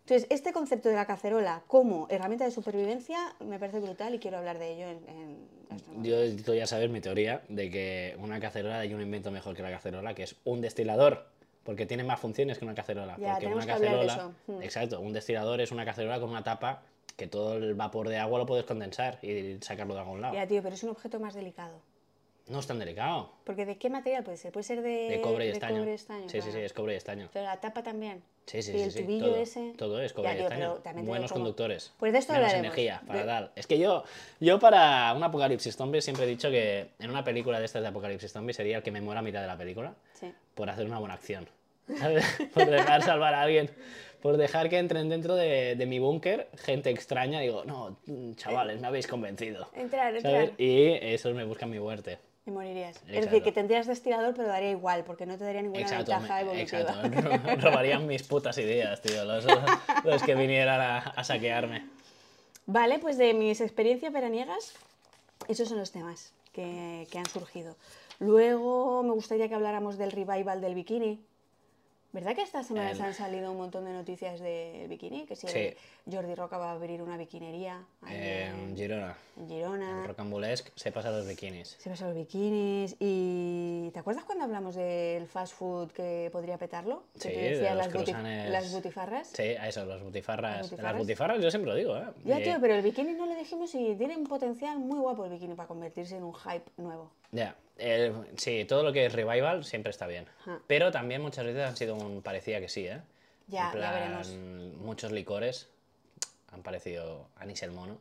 [SPEAKER 2] Entonces, este concepto de la cacerola como herramienta de supervivencia me parece brutal y quiero hablar de ello en... en gastronomía.
[SPEAKER 1] Yo necesito ya saber mi teoría de que una cacerola hay un invento mejor que la cacerola, que es un destilador, porque tiene más funciones que una cacerola.
[SPEAKER 2] Ya,
[SPEAKER 1] porque
[SPEAKER 2] tenemos
[SPEAKER 1] una
[SPEAKER 2] que hablar de
[SPEAKER 1] cacerola,
[SPEAKER 2] eso. Mm.
[SPEAKER 1] exacto, un destilador es una cacerola con una tapa que todo el vapor de agua lo puedes condensar y sacarlo de algún lado.
[SPEAKER 2] Ya, tío, pero es un objeto más delicado.
[SPEAKER 1] No es tan delicado.
[SPEAKER 2] Porque ¿de qué material puede ser? Puede ser de...
[SPEAKER 1] De cobre y
[SPEAKER 2] Eh, de
[SPEAKER 1] estaño.
[SPEAKER 2] cobre y estaño,
[SPEAKER 1] sí, sí, sí,
[SPEAKER 2] claro.
[SPEAKER 1] es cobre y estaño.
[SPEAKER 2] Pero la tapa también.
[SPEAKER 1] Sí, sí,
[SPEAKER 2] Y
[SPEAKER 1] sí,
[SPEAKER 2] el
[SPEAKER 1] sí,
[SPEAKER 2] tubillo
[SPEAKER 1] todo,
[SPEAKER 2] ese.
[SPEAKER 1] todo es
[SPEAKER 2] Ya,
[SPEAKER 1] cobre y
[SPEAKER 2] tío,
[SPEAKER 1] estaño.
[SPEAKER 2] pero también te digo
[SPEAKER 1] Buenos
[SPEAKER 2] como-
[SPEAKER 1] conductores.
[SPEAKER 2] Pues de esto
[SPEAKER 1] menos
[SPEAKER 2] hablaremos.
[SPEAKER 1] energía para
[SPEAKER 2] De-
[SPEAKER 1] dar. Es que yo, yo para un apocalipsis zombie siempre he dicho que en una película de estas de apocalipsis zombie sería el que me muera a mitad de la película
[SPEAKER 2] Sí.
[SPEAKER 1] por hacer una buena acción. ¿sabes? por dejar salvar a alguien. Por dejar que entren dentro de, de mi búnker gente extraña. Digo, no, mm, chavales, me habéis convencido.
[SPEAKER 2] Entrar,
[SPEAKER 1] ¿sabes?
[SPEAKER 2] entrar.
[SPEAKER 1] Y esos me buscan mi muerte.
[SPEAKER 2] Y morirías. Es
[SPEAKER 1] Exacto.
[SPEAKER 2] decir, que tendrías destilador, pero daría igual, porque no te daría ninguna
[SPEAKER 1] Exacto,
[SPEAKER 2] ventaja
[SPEAKER 1] me-
[SPEAKER 2] evolutiva.
[SPEAKER 1] exacto. ro- Robarían mis putas ideas, tío, los, los que vinieran a, a saquearme.
[SPEAKER 2] Vale, pues de mis experiencias veraniegas, esos son los temas que, que han surgido. Luego me gustaría que habláramos del revival del bikini. ¿Verdad que estas semanas
[SPEAKER 1] El-
[SPEAKER 2] han salido un montón de noticias del bikini? Que si
[SPEAKER 1] Sí.
[SPEAKER 2] Jordi Roca va a abrir una bikinería ahí
[SPEAKER 1] Eh,
[SPEAKER 2] en-
[SPEAKER 1] Girona,
[SPEAKER 2] en
[SPEAKER 1] el
[SPEAKER 2] Girona.
[SPEAKER 1] rocambulesque se pasa a los bikinis.
[SPEAKER 2] Se pasan los bikinis y... ¿Te acuerdas cuando hablamos del fast food que podría petarlo? Que
[SPEAKER 1] Sí,
[SPEAKER 2] te
[SPEAKER 1] de
[SPEAKER 2] decía
[SPEAKER 1] los
[SPEAKER 2] las, buti-
[SPEAKER 1] croissants.
[SPEAKER 2] las butifarras.
[SPEAKER 1] Sí, a eso, los butifarras.
[SPEAKER 2] ¿Las
[SPEAKER 1] Las
[SPEAKER 2] butifarras?
[SPEAKER 1] butifarras yo siempre lo digo, ¿eh?
[SPEAKER 2] Ya,
[SPEAKER 1] Y-
[SPEAKER 2] tío, pero el bikini no lo dijimos y tiene un potencial muy guapo el bikini para convertirse en un hype nuevo.
[SPEAKER 1] ya, el- sí, todo lo que es revival siempre está bien.
[SPEAKER 2] Ajá.
[SPEAKER 1] Pero también muchas veces han sido un parecía que sí, ¿eh? En
[SPEAKER 2] Ya, ya
[SPEAKER 1] plan,
[SPEAKER 2] veremos.
[SPEAKER 1] Muchos licores han parecido anís el mono.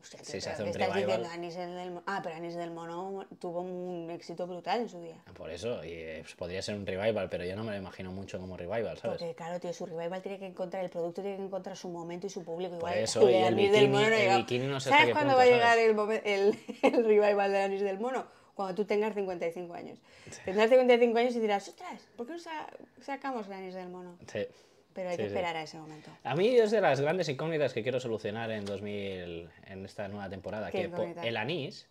[SPEAKER 2] Hostia, tío,
[SPEAKER 1] si se
[SPEAKER 2] pero
[SPEAKER 1] hace
[SPEAKER 2] ¿qué
[SPEAKER 1] un
[SPEAKER 2] estás
[SPEAKER 1] revival.
[SPEAKER 2] diciendo? Anís el del Mo- Ah, pero Anís del Mono tuvo un éxito brutal en su día.
[SPEAKER 1] Por eso, y eh, pues podría ser un revival, pero yo no me lo imagino mucho como revival, ¿sabes?
[SPEAKER 2] Porque claro, tío, su revival tiene que encontrar, el producto tiene que encontrar su momento y su público. Igual
[SPEAKER 1] eso, y
[SPEAKER 2] de
[SPEAKER 1] el
[SPEAKER 2] Anís
[SPEAKER 1] bikini-
[SPEAKER 2] ha
[SPEAKER 1] el
[SPEAKER 2] llegado.
[SPEAKER 1] bikini no sé hasta
[SPEAKER 2] ¿Sabes
[SPEAKER 1] qué
[SPEAKER 2] cuándo va a
[SPEAKER 1] punto,
[SPEAKER 2] llegar
[SPEAKER 1] ¿sabes?
[SPEAKER 2] el, momen- el, el revival de Anís del Mono? Cuando tú tengas 55 años. Tendrás 55 años y dirás, ostras, ¿por qué no sa- sacamos el Anís del Mono?
[SPEAKER 1] Sí.
[SPEAKER 2] Pero hay
[SPEAKER 1] Sí,
[SPEAKER 2] que
[SPEAKER 1] sí.
[SPEAKER 2] esperar a ese momento.
[SPEAKER 1] A mí es de las grandes incógnitas que quiero solucionar en 2000, en esta nueva temporada,
[SPEAKER 2] ¿Qué
[SPEAKER 1] que po-
[SPEAKER 2] incógnita?
[SPEAKER 1] el anís,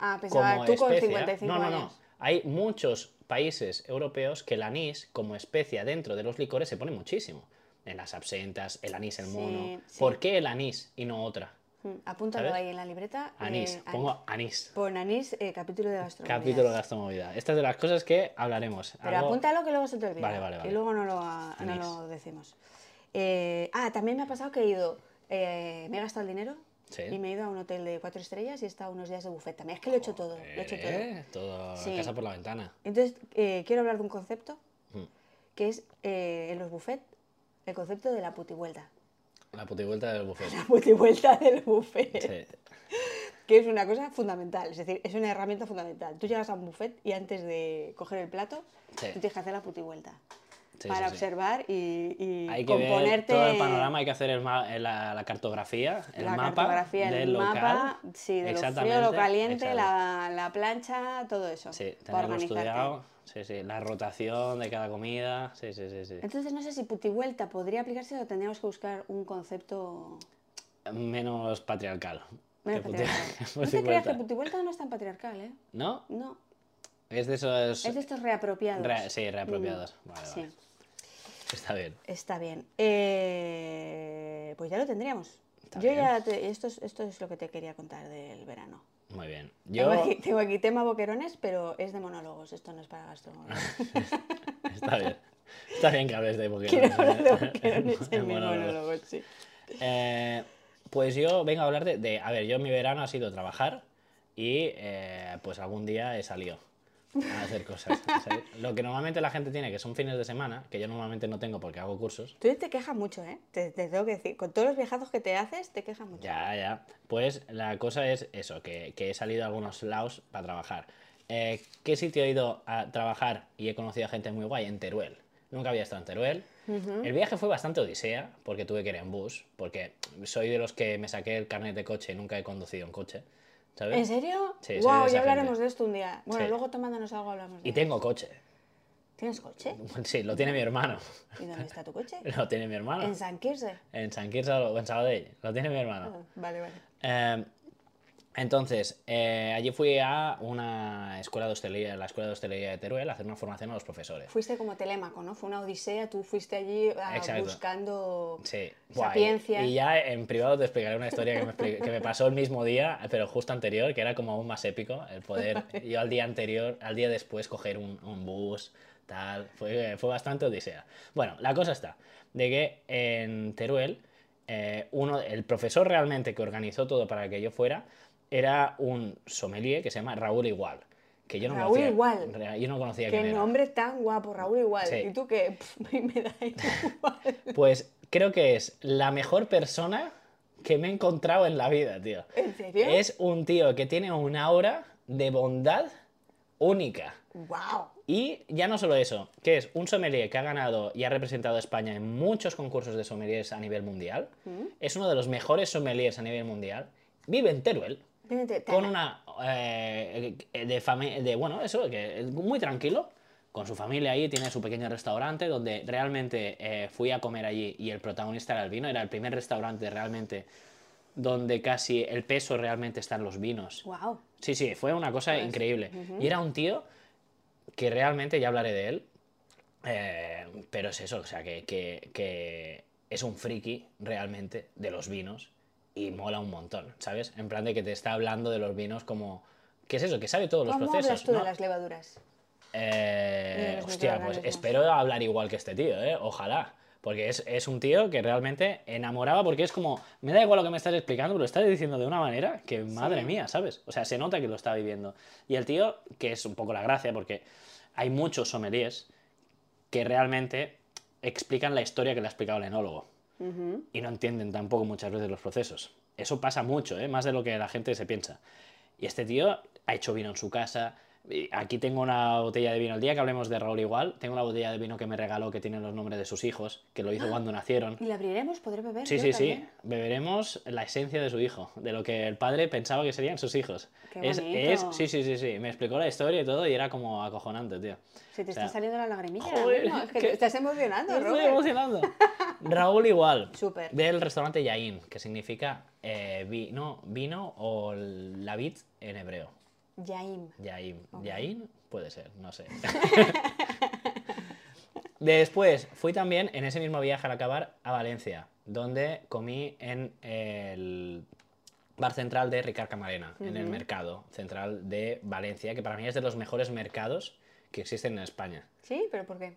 [SPEAKER 2] Ah,
[SPEAKER 1] como
[SPEAKER 2] pensaba, tú con
[SPEAKER 1] especia-
[SPEAKER 2] 55
[SPEAKER 1] no, no, no.
[SPEAKER 2] años.
[SPEAKER 1] Hay muchos países europeos que el anís, como especia dentro de los licores, se pone muchísimo. En las absentas, el anís, el
[SPEAKER 2] Sí,
[SPEAKER 1] mono.
[SPEAKER 2] sí.
[SPEAKER 1] ¿Por qué el anís y no otra?
[SPEAKER 2] Mm, Apúntalo
[SPEAKER 1] ¿Sabes?
[SPEAKER 2] ahí en la libreta. eh,
[SPEAKER 1] Anís,
[SPEAKER 2] an-
[SPEAKER 1] pongo anís.
[SPEAKER 2] Pon Anís, eh, capítulo de gastronomía.
[SPEAKER 1] Capítulo de gastronomía. Esta es de las cosas que hablaremos.
[SPEAKER 2] Pero
[SPEAKER 1] Algo-
[SPEAKER 2] apúntalo que luego se te olvida.
[SPEAKER 1] Vale, vale, vale.
[SPEAKER 2] Y luego no lo, ha- no
[SPEAKER 1] Anís.
[SPEAKER 2] lo decimos. Eh, ah, también me ha pasado que he ido, eh, me he gastado el dinero
[SPEAKER 1] Sí.
[SPEAKER 2] y me he ido a un hotel de cuatro estrellas y he estado unos días de buffet también. Es que lo he hecho todo, lo he hecho todo.
[SPEAKER 1] Eh, todo,
[SPEAKER 2] Sí.
[SPEAKER 1] casa por la ventana.
[SPEAKER 2] Entonces, eh, quiero hablar de un concepto
[SPEAKER 1] Mm.
[SPEAKER 2] que es eh, en los buffets, el concepto de la putivuelta.
[SPEAKER 1] La putivuelta del buffet.
[SPEAKER 2] La putivuelta del buffet.
[SPEAKER 1] Sí.
[SPEAKER 2] que es una cosa fundamental, es decir, es una herramienta fundamental. Tú llegas a un buffet y antes de coger el plato,
[SPEAKER 1] Sí.
[SPEAKER 2] tú tienes que hacer la putivuelta
[SPEAKER 1] Sí,
[SPEAKER 2] para
[SPEAKER 1] sí, sí.
[SPEAKER 2] observar y, y
[SPEAKER 1] Hay que ver
[SPEAKER 2] componerte
[SPEAKER 1] todo el panorama, hay que hacer el ma- eh, la, la cartografía, el
[SPEAKER 2] la
[SPEAKER 1] mapa
[SPEAKER 2] cartografía, el
[SPEAKER 1] del local.
[SPEAKER 2] mapa, sí, de lo frío, lo
[SPEAKER 1] Exactamente,
[SPEAKER 2] caliente,
[SPEAKER 1] exacto.
[SPEAKER 2] la, la plancha, todo eso,
[SPEAKER 1] Sí,
[SPEAKER 2] para
[SPEAKER 1] tenerlo
[SPEAKER 2] organizarte.
[SPEAKER 1] estudiado, sí, sí, la rotación de cada comida, sí, sí, sí, sí.
[SPEAKER 2] Entonces no sé si putivuelta podría aplicarse o tendríamos que buscar un concepto
[SPEAKER 1] Menos patriarcal.
[SPEAKER 2] menos
[SPEAKER 1] Que puti-
[SPEAKER 2] patriarcal. No te
[SPEAKER 1] puti
[SPEAKER 2] creas que
[SPEAKER 1] vuelta.
[SPEAKER 2] putivuelta no es tan patriarcal, ¿eh?
[SPEAKER 1] ¿No?
[SPEAKER 2] No,
[SPEAKER 1] Es de esos...
[SPEAKER 2] es de estos reapropiados.
[SPEAKER 1] re- sí, reapropiados. Vale,
[SPEAKER 2] Sí.
[SPEAKER 1] vale. Está bien.
[SPEAKER 2] Está bien. Eh, pues ya lo tendríamos.
[SPEAKER 1] Está
[SPEAKER 2] Yo
[SPEAKER 1] bien.
[SPEAKER 2] ya te- esto, es, esto es lo que te quería contar del verano.
[SPEAKER 1] Muy bien.
[SPEAKER 2] Tengo,
[SPEAKER 1] Yo.
[SPEAKER 2] aquí, tengo aquí tema boquerones, pero es de monólogos, esto no es para gastronomía.
[SPEAKER 1] Está bien. Está bien que hables de Pokémon.
[SPEAKER 2] Quiero hablar de
[SPEAKER 1] ¿eh?
[SPEAKER 2] boquerones en mi
[SPEAKER 1] Monólogo.
[SPEAKER 2] monólogo, sí.
[SPEAKER 1] Eh, pues yo vengo a hablar de, de- A ver, yo en mi verano ha sido trabajar y eh, pues algún día he salido a hacer cosas. O sea, lo que normalmente la gente tiene, que son fines de semana, que yo normalmente no tengo porque hago cursos.
[SPEAKER 2] Tú te quejas mucho, ¿eh? Te, te tengo que decir, con todos los viajazos que te haces, te quejas mucho.
[SPEAKER 1] Ya, ya. Pues la cosa es eso, que, que he salido a algunos laos para trabajar. Eh, ¿Qué sitio he ido a trabajar y he conocido a gente muy guay? En Teruel. Nunca había estado en Teruel. El viaje fue bastante odisea, porque tuve que ir en bus, porque soy de los que me saqué el carnet de coche y nunca he conducido en coche, ¿sabes?
[SPEAKER 2] ¿En serio?
[SPEAKER 1] Sí, soy de
[SPEAKER 2] wow,
[SPEAKER 1] esa
[SPEAKER 2] ya hablaremos
[SPEAKER 1] gente.
[SPEAKER 2] de esto un día. Bueno,
[SPEAKER 1] Sí.
[SPEAKER 2] luego tomándonos algo hablamos de
[SPEAKER 1] Y tengo coche.
[SPEAKER 2] ¿Tienes coche?
[SPEAKER 1] Sí, lo tiene mi hermano.
[SPEAKER 2] ¿Y dónde está tu coche?
[SPEAKER 1] Lo tiene mi hermano.
[SPEAKER 2] En San Quirze. Ah,
[SPEAKER 1] En San Quirze o en Sabadell. Lo tiene mi hermano.
[SPEAKER 2] Vale, vale.
[SPEAKER 1] Eh, entonces, eh, allí fui a una escuela de hostelería, la escuela de hostelería de Teruel, a hacer una formación a los profesores.
[SPEAKER 2] Fuiste como Telémaco, ¿no? Fue una odisea, tú fuiste allí ah,
[SPEAKER 1] Exacto.
[SPEAKER 2] buscando...
[SPEAKER 1] Sí,
[SPEAKER 2] Sapiencia.
[SPEAKER 1] Y ya en privado te explicaré una historia que me, expli- que me pasó el mismo día, pero justo anterior, que era como aún más épico el poder. Yo al día anterior, al día después, coger un, un bus, tal. Fue, fue bastante odisea. Bueno, la cosa está: de que en Teruel, eh, uno, el profesor realmente que organizó todo para que yo fuera era un sommelier que se llama Raúl Igual. Que yo no
[SPEAKER 2] Raúl
[SPEAKER 1] conocía,
[SPEAKER 2] Igual.
[SPEAKER 1] Ra- Yo no conocía quién
[SPEAKER 2] Qué
[SPEAKER 1] era.
[SPEAKER 2] nombre tan guapo, Raúl igual.
[SPEAKER 1] Sí.
[SPEAKER 2] Y tú que pff, me da igual.
[SPEAKER 1] Pues creo que es la mejor persona que me he encontrado en la vida, tío.
[SPEAKER 2] ¿En serio?
[SPEAKER 1] Es un tío que tiene una aura de bondad única.
[SPEAKER 2] ¡Wow!
[SPEAKER 1] Y ya no solo eso, que es un sommelier que ha ganado y ha representado a España en muchos concursos de sommeliers a nivel mundial. Es uno de los mejores sommeliers a nivel mundial. Vive en Teruel, con una eh, de, fami- de bueno eso que muy tranquilo con su familia ahí tiene su pequeño restaurante donde realmente eh, fui a comer allí y el protagonista era el vino era el primer restaurante realmente donde casi el peso realmente está en los vinos
[SPEAKER 2] ¡Wow!
[SPEAKER 1] sí sí fue una cosa
[SPEAKER 2] Pues,
[SPEAKER 1] increíble y era un tío que realmente ya hablaré de él eh, pero es eso o sea que, que- que es un friki realmente de los vinos y mola un montón sabes en plan de que te está hablando de los vinos como qué es eso que sabe todos los
[SPEAKER 2] ¿Cómo hablas
[SPEAKER 1] procesos
[SPEAKER 2] tú
[SPEAKER 1] ¿no?
[SPEAKER 2] de las levaduras?
[SPEAKER 1] Eh,
[SPEAKER 2] Y los
[SPEAKER 1] hostia, pues
[SPEAKER 2] microorganismos.
[SPEAKER 1] espero hablar igual que este tío, ¿eh? Ojalá. Porque es, es un tío que realmente enamoraba, porque es como, me da igual lo que me estás explicando, pero lo estás diciendo de una manera que, madre mía, ¿sabes? O sea, se nota que lo está viviendo. Y el tío, que es un poco la gracia, porque hay muchos sommeliers que realmente explican la historia que le ha explicado el enólogo. Y no entienden tampoco muchas veces los procesos. Eso pasa mucho, ¿eh? más de lo que la gente se piensa. Y este tío ha hecho vino en su casa. Y Aquí tengo una botella de vino. El día que hablemos de Raúl igual, tengo una botella de vino que me regaló que tiene los nombres de sus hijos, que lo hizo cuando nacieron.
[SPEAKER 2] ¿Y la abriremos? ¿Podré beber?
[SPEAKER 1] Sí,
[SPEAKER 2] yo
[SPEAKER 1] sí, sí.
[SPEAKER 2] Ah. también?
[SPEAKER 1] Beberemos la esencia de su hijo, de lo que el padre pensaba que serían sus hijos.
[SPEAKER 2] Qué
[SPEAKER 1] es, es-
[SPEAKER 2] bonito.
[SPEAKER 1] sí, sí, sí, sí. Me explicó la historia y todo y era como acojonante, tío.
[SPEAKER 2] Se te
[SPEAKER 1] O sea,
[SPEAKER 2] está saliendo la lagrimilla. ahora
[SPEAKER 1] joder,
[SPEAKER 2] mismo, es que
[SPEAKER 1] qué-
[SPEAKER 2] te estás emocionando,
[SPEAKER 1] Me estoy
[SPEAKER 2] Robert.
[SPEAKER 1] emocionando. Raúl igual.
[SPEAKER 2] Súper.
[SPEAKER 1] Del restaurante Yain, que significa eh, vino, vino o la vid en hebreo.
[SPEAKER 2] Yaim.
[SPEAKER 1] Yain. Yain puede ser, no sé. Después fui también en ese mismo viaje al acabar a Valencia, donde comí en el bar central de Ricard Camarena, en el mercado central de Valencia, que para mí es de los mejores mercados que existen en España.
[SPEAKER 2] ¿Sí? ¿Pero por qué?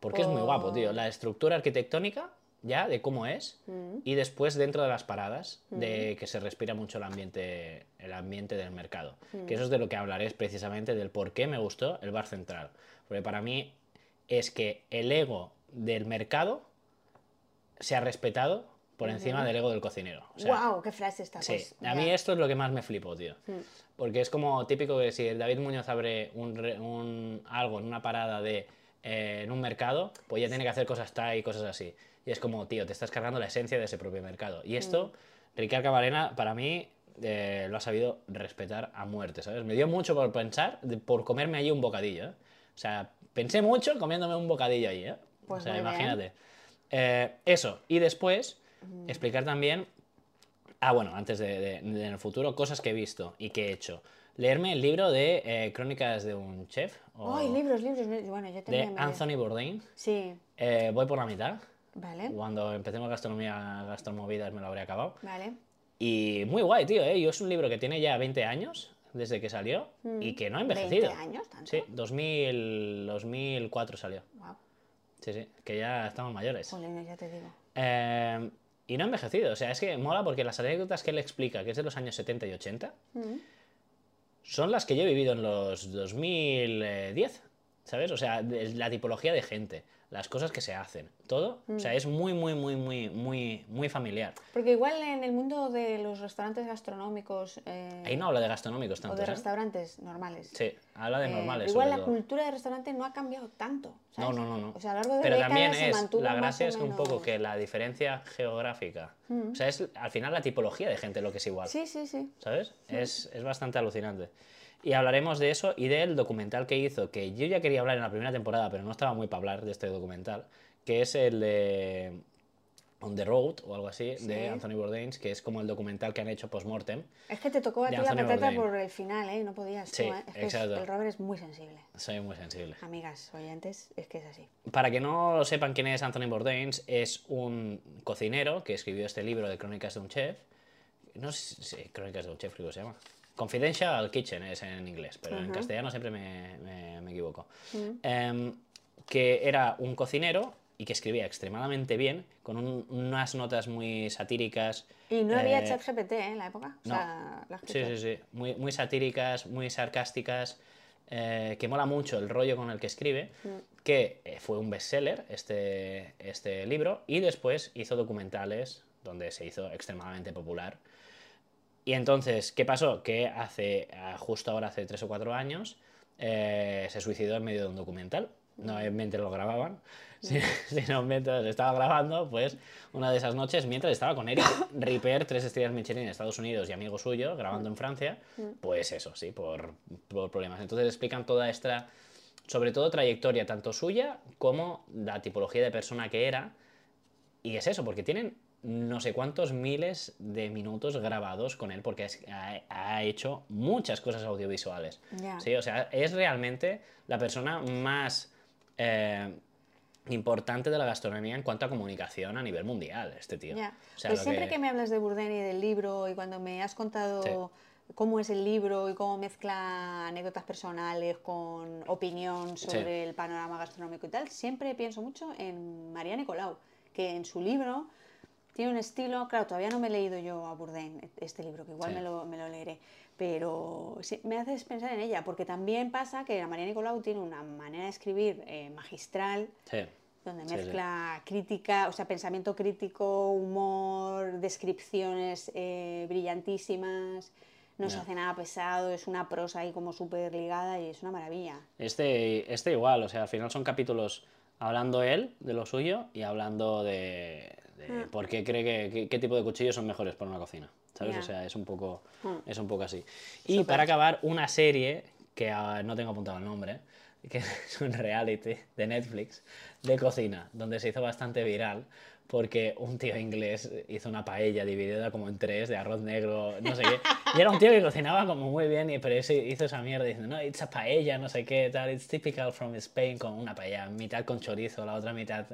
[SPEAKER 1] Porque es muy guapo, tío. La estructura arquitectónica, ya, de cómo es, y después dentro de las paradas, de que se respira mucho el ambiente, el ambiente del mercado. Que eso es de lo que hablaré es precisamente del por qué me gustó el bar central. Porque para mí es que el ego del mercado se ha respetado por encima del ego del cocinero. O sea,
[SPEAKER 2] ¡Wow! ¡Qué frase está!
[SPEAKER 1] Sí,
[SPEAKER 2] pues,
[SPEAKER 1] a
[SPEAKER 2] ya. Hmm.
[SPEAKER 1] mí esto es lo que más me flipo, tío. Porque es como típico que si el David Muñoz abre un, re- un- algo en una parada de eh, en un mercado, pues ya tiene que hacer cosas tal y cosas así. Y es como, tío, te estás cargando la esencia de ese propio mercado.
[SPEAKER 2] Hmm.
[SPEAKER 1] Y esto, Ricardo Camarena, para mí, eh, lo ha sabido respetar a muerte, ¿sabes? Me dio mucho por pensar, de- por comerme allí un bocadillo, ¿eh? O sea, pensé mucho comiéndome un bocadillo allí, ¿eh?
[SPEAKER 2] Pues
[SPEAKER 1] o sea,
[SPEAKER 2] muy bien.
[SPEAKER 1] imagínate. Eh, eso, y después,
[SPEAKER 2] Hmm.
[SPEAKER 1] explicar también Ah, bueno, antes de, de- de en el futuro, cosas que he visto y que he hecho. Leerme el libro de eh, Crónicas de un Chef o
[SPEAKER 2] ¡Ay, libros, libros! Bueno, yo
[SPEAKER 1] de
[SPEAKER 2] también. me leo.
[SPEAKER 1] Anthony Bourdain.
[SPEAKER 2] Sí.
[SPEAKER 1] Eh, voy por la mitad.
[SPEAKER 2] Vale.
[SPEAKER 1] Cuando empecemos gastronomía, gastromovidas me lo habré acabado.
[SPEAKER 2] Vale.
[SPEAKER 1] Y muy guay, tío, ¿eh? Yo es un libro que tiene ya 20 años desde que salió y que no ha envejecido.
[SPEAKER 2] 20 Mm, años, tanto.
[SPEAKER 1] Sí, 2000, 2004 salió.
[SPEAKER 2] Wow.
[SPEAKER 1] Sí, sí, que ya estamos mayores.
[SPEAKER 2] Jolines, ya te digo.
[SPEAKER 1] Eh, y no ha envejecido, o sea, es que mola porque las anécdotas que él explica, que es de los años 70 y 80,
[SPEAKER 2] Mm.
[SPEAKER 1] son las que yo he vivido en los 2010, ¿sabes? O sea, de- la tipología de gente, las cosas que se hacen, todo. O
[SPEAKER 2] Mm.
[SPEAKER 1] sea, es muy, muy, muy, muy, muy, muy familiar.
[SPEAKER 2] Porque igual en el mundo de los restaurantes gastronómicos eh,
[SPEAKER 1] Ahí no habla de gastronómicos
[SPEAKER 2] o
[SPEAKER 1] tanto,
[SPEAKER 2] de
[SPEAKER 1] ¿eh?
[SPEAKER 2] restaurantes normales.
[SPEAKER 1] Sí, habla de
[SPEAKER 2] eh,
[SPEAKER 1] normales.
[SPEAKER 2] igual
[SPEAKER 1] sobre
[SPEAKER 2] la
[SPEAKER 1] todo.
[SPEAKER 2] cultura de restaurante no ha cambiado tanto.
[SPEAKER 1] No,
[SPEAKER 2] ¿sabes?
[SPEAKER 1] no, no, no.
[SPEAKER 2] O sea, a lo largo de
[SPEAKER 1] Pero
[SPEAKER 2] décadas
[SPEAKER 1] también
[SPEAKER 2] se
[SPEAKER 1] es,
[SPEAKER 2] mantuvo
[SPEAKER 1] la
[SPEAKER 2] más o
[SPEAKER 1] gracia es que un poco
[SPEAKER 2] menos- Mm.
[SPEAKER 1] que la diferencia geográfica, o sea, es al final la tipología de gente lo que es igual,
[SPEAKER 2] Sí, sí, sí.
[SPEAKER 1] ¿sabes? Es, es bastante alucinante. Y hablaremos de eso y del documental que hizo, que yo ya quería hablar en la primera temporada, pero no estaba muy para hablar de este documental, que es el de On the Road o algo así,
[SPEAKER 2] Sí.
[SPEAKER 1] de Anthony Bourdain, que es como el documental que han hecho post-mortem.
[SPEAKER 2] Es que te tocó a ti
[SPEAKER 1] De
[SPEAKER 2] la
[SPEAKER 1] Anthony
[SPEAKER 2] patata
[SPEAKER 1] Bourdain.
[SPEAKER 2] por el final, ¿eh? No podías. tú,
[SPEAKER 1] Sí,
[SPEAKER 2] ¿eh? Es que es-
[SPEAKER 1] exacto.
[SPEAKER 2] el Robert es muy sensible.
[SPEAKER 1] Soy muy sensible.
[SPEAKER 2] Amigas, oyentes, es que es así.
[SPEAKER 1] Para que no sepan quién es Anthony Bourdain, es un cocinero que escribió este libro de Crónicas de un Chef. No sé si Crónicas de un Chef, creo que se llama. Confidential Kitchen es en inglés, pero en castellano siempre me, me- me equivoco. Em, que era un cocinero y que escribía extremadamente bien, con un- unas notas muy satíricas.
[SPEAKER 2] Y no había
[SPEAKER 1] eh,
[SPEAKER 2] chat GPT ¿eh? en la época. O
[SPEAKER 1] no.
[SPEAKER 2] sea, las
[SPEAKER 1] Sí, sí, sí. Muy, muy satíricas, muy sarcásticas. eh, que mola mucho el rollo con el que escribe. Que eh, fue un bestseller este, este libro. Y después hizo documentales donde se hizo extremadamente popular. Y entonces, ¿qué pasó? Que hace, ah, justo ahora, hace tres o cuatro años, eh, se suicidó en medio de un documental. No eh, mientras lo grababan, si- sino mientras estaba grabando, pues una de esas noches, mientras estaba con Eric Ripper, tres estrellas Michelin en Estados Unidos y amigo suyo, grabando en Francia, pues eso, sí, por, por problemas. Entonces explican toda esta, sobre todo trayectoria, tanto suya como la tipología de persona que era, y es eso, porque tienen no sé cuántos miles de minutos grabados con él, porque es- ha, ha hecho muchas cosas audiovisuales.
[SPEAKER 2] Ya.
[SPEAKER 1] Sí, o sea, es realmente la persona más eh, importante de la gastronomía en cuanto a comunicación a nivel mundial, este tío.
[SPEAKER 2] Ya.
[SPEAKER 1] O sea,
[SPEAKER 2] pues
[SPEAKER 1] lo
[SPEAKER 2] siempre que...
[SPEAKER 1] que-
[SPEAKER 2] me hablas de Bourdain y del libro y cuando me has contado cómo es el libro y cómo mezcla anécdotas personales con opinión sobre el panorama gastronómico y tal, siempre pienso mucho en María Nicolau, que en su libro tiene un estilo, claro, todavía no me he leído yo a Bourdain e- este libro, que igual
[SPEAKER 1] Sí.
[SPEAKER 2] me, lo, me lo leeré, pero sí, me haces pensar en ella, porque también pasa que María Nicolau tiene una manera de escribir eh, magistral,
[SPEAKER 1] Sí.
[SPEAKER 2] donde
[SPEAKER 1] Sí, sí.
[SPEAKER 2] mezcla crítica, o sea, pensamiento crítico, humor, descripciones eh, brillantísimas, no se
[SPEAKER 1] Ya.
[SPEAKER 2] hace nada pesado, es una prosa ahí como súper ligada y es una maravilla.
[SPEAKER 1] Este, este igual, o sea, al final son capítulos hablando él de lo suyo y hablando de, de por qué cree que qué, qué tipo de cuchillos son mejores para una cocina. ¿Sabes?
[SPEAKER 2] Ya.
[SPEAKER 1] O sea, es un poco,
[SPEAKER 2] Hmm.
[SPEAKER 1] es un poco así. Y para acabar, una serie que ah, no tengo apuntado el nombre, que es un reality de Netflix de cocina, donde se hizo bastante viral porque un tío inglés hizo una paella dividida como en tres de arroz negro, no sé qué. Y era un tío que cocinaba como muy bien, y pero ese hizo esa mierda diciendo, no, it's a paella, no sé qué, tal, it's typical from Spain, con una paella, mitad con chorizo, la otra mitad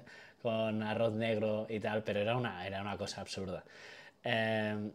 [SPEAKER 1] con arroz negro y tal, pero era una, era una cosa absurda. Eh,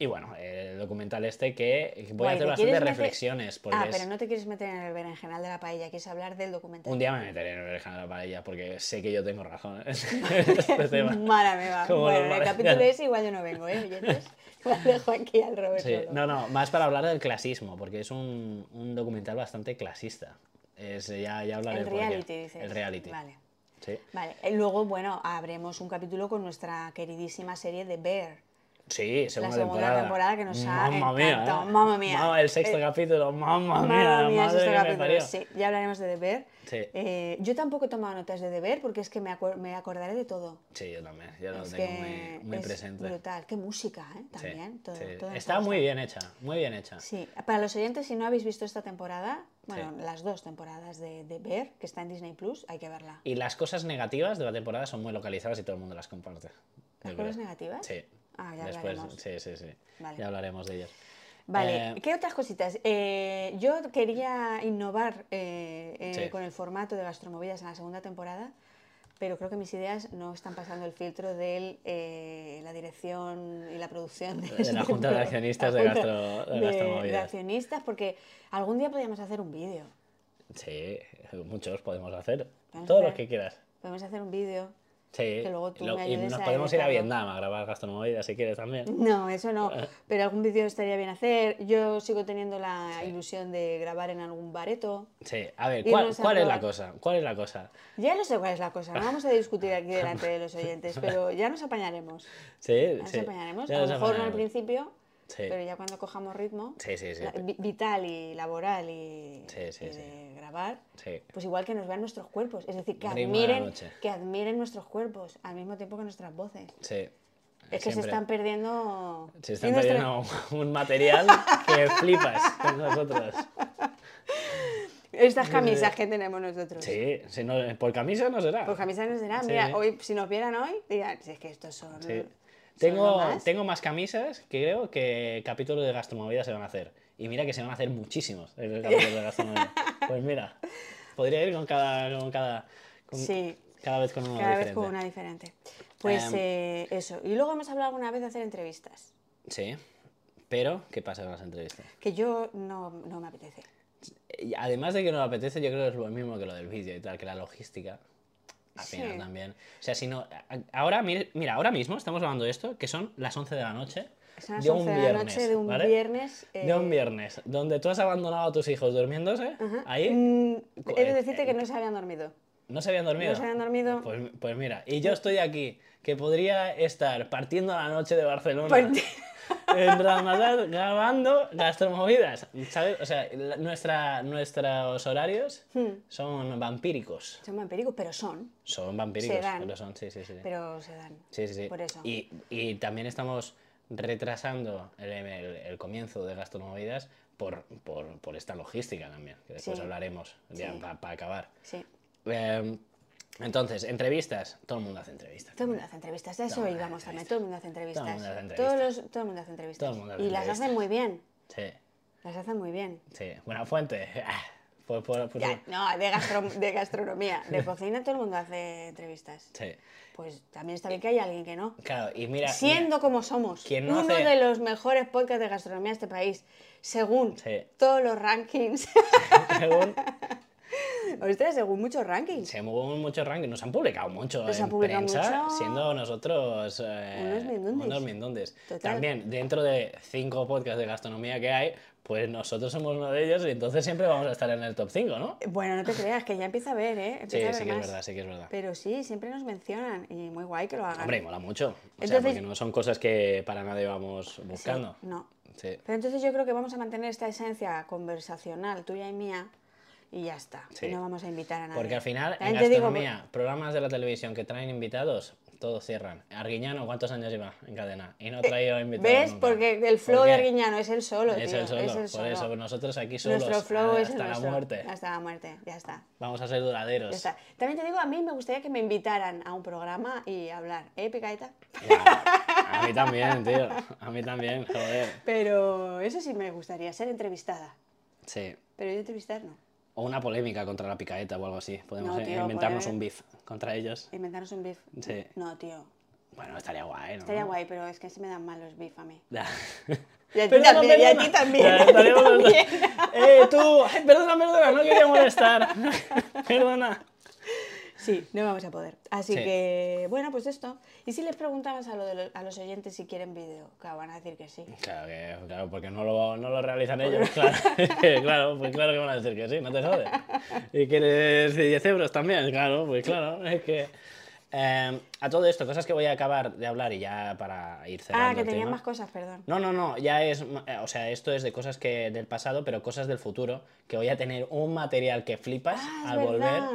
[SPEAKER 1] y bueno, el documental este que voy
[SPEAKER 2] Guay,
[SPEAKER 1] a hacer
[SPEAKER 2] ¿te
[SPEAKER 1] bastante
[SPEAKER 2] quieres meter-
[SPEAKER 1] reflexiones, porque
[SPEAKER 2] ah,
[SPEAKER 1] Pues es-
[SPEAKER 2] pero no te quieres meter en el berenjenal de la paella, quieres hablar del documental.
[SPEAKER 1] un día me meteré en el berenjena de la paella, porque sé que yo tengo razón en este tema.
[SPEAKER 2] Mala me va.
[SPEAKER 1] Como
[SPEAKER 2] Bueno,
[SPEAKER 1] lo
[SPEAKER 2] en el
[SPEAKER 1] parece.
[SPEAKER 2] capítulo ese igual yo no vengo, ¿eh? oyentes? Las dejo aquí al Roberto.
[SPEAKER 1] Sí, no, no, más para hablar del clasismo, porque es un, un documental bastante clasista. Es, ya, ya hablaré
[SPEAKER 2] el
[SPEAKER 1] por qué.
[SPEAKER 2] reality, dices.
[SPEAKER 1] El reality.
[SPEAKER 2] Vale.
[SPEAKER 1] Sí.
[SPEAKER 2] Vale, eh, luego, bueno, habremos un capítulo con nuestra queridísima serie de Bear.
[SPEAKER 1] Sí, segunda,
[SPEAKER 2] segunda
[SPEAKER 1] temporada.
[SPEAKER 2] temporada que nos ha
[SPEAKER 1] Mamma mía,
[SPEAKER 2] encantado,
[SPEAKER 1] ¿eh?
[SPEAKER 2] mamma mía.
[SPEAKER 1] Mamma- el sexto
[SPEAKER 2] Eh,
[SPEAKER 1] capítulo, mamma mía,
[SPEAKER 2] Madre mía,
[SPEAKER 1] madre
[SPEAKER 2] ese
[SPEAKER 1] que me
[SPEAKER 2] capítulo,
[SPEAKER 1] parió.
[SPEAKER 2] sí, ya hablaremos de deber.
[SPEAKER 1] Sí.
[SPEAKER 2] Eh, yo tampoco he tomado notas de deber porque es que me, acuer- me acordaré de todo.
[SPEAKER 1] Sí, yo también, yo lo
[SPEAKER 2] es
[SPEAKER 1] tengo
[SPEAKER 2] que
[SPEAKER 1] muy, muy
[SPEAKER 2] es
[SPEAKER 1] presente.
[SPEAKER 2] brutal. Qué música, ¿eh?
[SPEAKER 1] Sí,
[SPEAKER 2] También. todo,
[SPEAKER 1] sí.
[SPEAKER 2] todo nos
[SPEAKER 1] Está
[SPEAKER 2] ha
[SPEAKER 1] muy
[SPEAKER 2] gustado.
[SPEAKER 1] bien hecha, muy bien hecha.
[SPEAKER 2] Sí, para los oyentes, si no habéis visto esta temporada, bueno, las dos temporadas de, de Bear, que está en Disney Plus, hay que verla.
[SPEAKER 1] Y las cosas negativas de la temporada son muy localizadas y todo el mundo las comparte.
[SPEAKER 2] ¿Las
[SPEAKER 1] yo
[SPEAKER 2] cosas
[SPEAKER 1] creo.
[SPEAKER 2] negativas?
[SPEAKER 1] Sí.
[SPEAKER 2] Ah, ya
[SPEAKER 1] Después,
[SPEAKER 2] hablaremos.
[SPEAKER 1] sí, sí, sí.
[SPEAKER 2] Vale.
[SPEAKER 1] Ya hablaremos de ellas.
[SPEAKER 2] Vale,
[SPEAKER 1] Eh,
[SPEAKER 2] ¿qué otras cositas? Eh, yo quería innovar eh, eh,
[SPEAKER 1] Sí.
[SPEAKER 2] con el formato de Gastromovidas en la segunda temporada pero creo que mis ideas no están pasando el filtro de eh, la dirección y la producción este
[SPEAKER 1] de, de la Junta de Accionistas de, Gastro, de,
[SPEAKER 2] de, de accionistas, porque algún día podríamos hacer un vídeo.
[SPEAKER 1] Sí, muchos podemos hacer. Podemos Todos hacer, los que quieras.
[SPEAKER 2] Podemos hacer un vídeo.
[SPEAKER 1] Sí, que luego tú lo, me y nos podemos a ir a Vietnam a grabar gastronomía si quieres también.
[SPEAKER 2] No, eso no,
[SPEAKER 1] Eh.
[SPEAKER 2] pero algún vídeo estaría bien hacer. Yo sigo teniendo la sí. ilusión de grabar en algún bareto.
[SPEAKER 1] Sí, a ver, ¿cuál, a cuál es la cosa? ¿Cuál es la cosa?
[SPEAKER 2] Ya no sé cuál es la cosa, no vamos a discutir aquí delante de los oyentes, pero ya nos apañaremos.
[SPEAKER 1] Sí,
[SPEAKER 2] nos
[SPEAKER 1] sí.
[SPEAKER 2] apañaremos, ya a lo mejor no al principio. Sí. Pero ya cuando cojamos ritmo,
[SPEAKER 1] sí, sí,
[SPEAKER 2] la, vital y laboral y, y de grabar, pues igual que nos vean nuestros cuerpos. Es decir, que
[SPEAKER 1] Ritmo
[SPEAKER 2] admiren,
[SPEAKER 1] de
[SPEAKER 2] que admiren nuestros cuerpos al mismo tiempo que nuestras voces.
[SPEAKER 1] Sí.
[SPEAKER 2] Es que
[SPEAKER 1] Siempre.
[SPEAKER 2] se están perdiendo...
[SPEAKER 1] Se están perdiendo nuestra... un material que flipas con nosotros.
[SPEAKER 2] Estas camisas que tenemos nosotros. Pues
[SPEAKER 1] Sí, si no, por camisa no será.
[SPEAKER 2] Por camisa no será. Mira, hoy, si nos vieran hoy, dirán, si es que estos son...
[SPEAKER 1] Tengo más? tengo más camisas que creo que capítulos de gastromovida se van a hacer. Y mira que se van a hacer muchísimos en el capítulo de gastromovida. pues mira, podría ir con cada. Con cada con,
[SPEAKER 2] sí.
[SPEAKER 1] Cada vez con una
[SPEAKER 2] cada
[SPEAKER 1] diferente. Em,
[SPEAKER 2] vez con una diferente. Pues um, eh, eso. Y luego hemos hablado alguna vez de hacer entrevistas.
[SPEAKER 1] Sí. Pero, ¿qué pasa con las entrevistas?
[SPEAKER 2] Que yo no, no me apetece.
[SPEAKER 1] Además de que no me apetece, yo creo que es lo mismo que lo del vídeo y tal, que la logística al final
[SPEAKER 2] Sí.
[SPEAKER 1] también. O sea, si no. Ahora, mire- mira, ahora mismo estamos hablando de esto, que son las 11 de la noche.
[SPEAKER 2] Son las
[SPEAKER 1] de un
[SPEAKER 2] 11 de la
[SPEAKER 1] viernes.
[SPEAKER 2] noche de un
[SPEAKER 1] ¿vale?
[SPEAKER 2] viernes, eh,
[SPEAKER 1] De un viernes, donde tú has abandonado a tus hijos durmiéndose. Ahí.
[SPEAKER 2] Mm,
[SPEAKER 1] cu-
[SPEAKER 2] He de
[SPEAKER 1] eh,
[SPEAKER 2] decirte que no se habían dormido.
[SPEAKER 1] No se habían dormido.
[SPEAKER 2] no se habían dormido.
[SPEAKER 1] Pues, pues mira, y yo estoy aquí, que podría estar partiendo la noche de Barcelona.
[SPEAKER 2] Parti-
[SPEAKER 1] En Ramadán grabando gastromovidas, ¿sabes? O sea, la- nuestra, nuestros horarios son vampíricos.
[SPEAKER 2] Hmm. Son vampíricos, pero son.
[SPEAKER 1] Son vampíricos,
[SPEAKER 2] Se dan.
[SPEAKER 1] pero son, sí, sí, sí. sí.
[SPEAKER 2] Pero se dan.
[SPEAKER 1] Sí, sí, sí.
[SPEAKER 2] Por eso.
[SPEAKER 1] Y, y también estamos retrasando el, el- el comienzo de Gastromovidas por, por, por esta logística también, que después
[SPEAKER 2] Sí.
[SPEAKER 1] hablaremos
[SPEAKER 2] Sí.
[SPEAKER 1] para acabar.
[SPEAKER 2] Sí.
[SPEAKER 1] Eh, entonces, entrevistas. Todo el mundo hace entrevistas.
[SPEAKER 2] Todo el mundo hace entrevistas, a eso
[SPEAKER 1] Todo el mundo
[SPEAKER 2] íbamos
[SPEAKER 1] hace
[SPEAKER 2] también. Todo el mundo hace entrevistas.
[SPEAKER 1] Todo el mundo hace
[SPEAKER 2] Todos
[SPEAKER 1] entrevistas.
[SPEAKER 2] los- todo el mundo hace entrevistas.
[SPEAKER 1] Todo el mundo hace
[SPEAKER 2] y las
[SPEAKER 1] entrevistas.
[SPEAKER 2] hacen muy bien.
[SPEAKER 1] Sí,
[SPEAKER 2] Las hacen muy bien.
[SPEAKER 1] sí. Buena fuente. Ah, por- por- por-
[SPEAKER 2] Ya, no, de, gastro- de gastronomía. De cocina todo el mundo hace entrevistas.
[SPEAKER 1] Sí.
[SPEAKER 2] Pues también está bien que haya alguien que no.
[SPEAKER 1] Claro, y mira.
[SPEAKER 2] Siendo como somos,
[SPEAKER 1] quien no
[SPEAKER 2] uno
[SPEAKER 1] hace-
[SPEAKER 2] de los mejores podcasts de gastronomía de este país, según
[SPEAKER 1] Sí.
[SPEAKER 2] todos los rankings,
[SPEAKER 1] mira, según-
[SPEAKER 2] Ostras, según muchos rankings,
[SPEAKER 1] se mueven muchos rankings, nos han publicado mucho
[SPEAKER 2] Nos
[SPEAKER 1] en
[SPEAKER 2] han publicado
[SPEAKER 1] prensa,
[SPEAKER 2] mucho.
[SPEAKER 1] siendo nosotros eh,
[SPEAKER 2] Unos mindundis.
[SPEAKER 1] unos mindundis.
[SPEAKER 2] Total.
[SPEAKER 1] También, dentro de cinco podcasts de gastronomía que hay, pues nosotros somos uno de ellos y entonces siempre vamos a estar en el top 5, ¿no?
[SPEAKER 2] bueno, no te creas, que ya empieza a ver, ¿eh? Empieza
[SPEAKER 1] Sí,
[SPEAKER 2] a ver
[SPEAKER 1] sí que es
[SPEAKER 2] más.
[SPEAKER 1] verdad, sí que es verdad.
[SPEAKER 2] Pero sí, siempre nos mencionan y muy guay que lo hagan.
[SPEAKER 1] Hombre, mola mucho. O sea,
[SPEAKER 2] Entonces-
[SPEAKER 1] porque no son cosas que para nadie vamos
[SPEAKER 2] Sí,
[SPEAKER 1] buscando.
[SPEAKER 2] no.
[SPEAKER 1] Sí.
[SPEAKER 2] Pero entonces yo creo que vamos a mantener esta esencia conversacional tuya y mía y ya está.
[SPEAKER 1] Sí.
[SPEAKER 2] Y no vamos a invitar a nadie.
[SPEAKER 1] Porque al final, en
[SPEAKER 2] También te digo,
[SPEAKER 1] gastronomía, programas de la televisión que traen invitados, todos cierran. Arguiñano, ¿cuántos años lleva en cadena? Y no ha traído invitados.
[SPEAKER 2] Eh, ¿Ves?
[SPEAKER 1] nunca.
[SPEAKER 2] Porque el flow
[SPEAKER 1] ¿Por
[SPEAKER 2] de
[SPEAKER 1] qué?
[SPEAKER 2] Arguiñano es el solo,
[SPEAKER 1] Es
[SPEAKER 2] tío,
[SPEAKER 1] el solo,
[SPEAKER 2] es el
[SPEAKER 1] por
[SPEAKER 2] solo.
[SPEAKER 1] eso nosotros aquí solos
[SPEAKER 2] Nuestro flow
[SPEAKER 1] hasta
[SPEAKER 2] es el
[SPEAKER 1] la
[SPEAKER 2] nuestro.
[SPEAKER 1] muerte.
[SPEAKER 2] Hasta la muerte, ya está.
[SPEAKER 1] Vamos a ser duraderos.
[SPEAKER 2] Ya está. También te digo, a mí me gustaría que me invitaran a un programa y hablar, ¿eh, Picaeta?
[SPEAKER 1] Guau, a mí también, tío. A mí también, joder.
[SPEAKER 2] Pero eso sí me gustaría, ser entrevistada.
[SPEAKER 1] Sí.
[SPEAKER 2] Pero yo entrevistar no.
[SPEAKER 1] O una polémica contra la picaeta o algo así. Podemos eh,
[SPEAKER 2] No, tío, pues,
[SPEAKER 1] inventarnos
[SPEAKER 2] polémica.
[SPEAKER 1] un beef contra ellos.
[SPEAKER 2] Inventarnos un beef.
[SPEAKER 1] Sí. Ah.
[SPEAKER 2] No, tío.
[SPEAKER 1] Bueno, estaría guay, ¿no?
[SPEAKER 2] Estaría guay, pero es que se me dan mal los beef a mí.
[SPEAKER 1] Ya.
[SPEAKER 2] Y a ti
[SPEAKER 1] Perdona,
[SPEAKER 2] también, y a
[SPEAKER 1] perdona.
[SPEAKER 2] ti también,
[SPEAKER 1] Ya,
[SPEAKER 2] a ti
[SPEAKER 1] estaremos los dos.
[SPEAKER 2] también.
[SPEAKER 1] Eh, tú. Ay, perdona, perdona, no quería molestar. perdona.
[SPEAKER 2] Sí, no vamos a poder. Así
[SPEAKER 1] Sí.
[SPEAKER 2] que, bueno, pues esto. ¿Y si les preguntamos a, lo de lo- a los oyentes si quieren vídeo? Que van a decir que sí.
[SPEAKER 1] Claro, que, claro porque no lo, no lo realizan ellos, claro. claro, pues claro que van a decir que sí, no te jodes. Y quieres 10 euros también, claro, pues claro, es que... Eh, a todo esto, cosas que voy a acabar de hablar y ya para ir cerrando
[SPEAKER 2] Ah, que
[SPEAKER 1] el
[SPEAKER 2] tenían
[SPEAKER 1] tema.
[SPEAKER 2] más cosas, perdón.
[SPEAKER 1] No, no, no, ya es, ma- eh, o sea, esto es de cosas que del pasado, pero cosas del futuro, que voy a tener un material que flipas
[SPEAKER 2] Ah, es
[SPEAKER 1] al volver
[SPEAKER 2] verdad.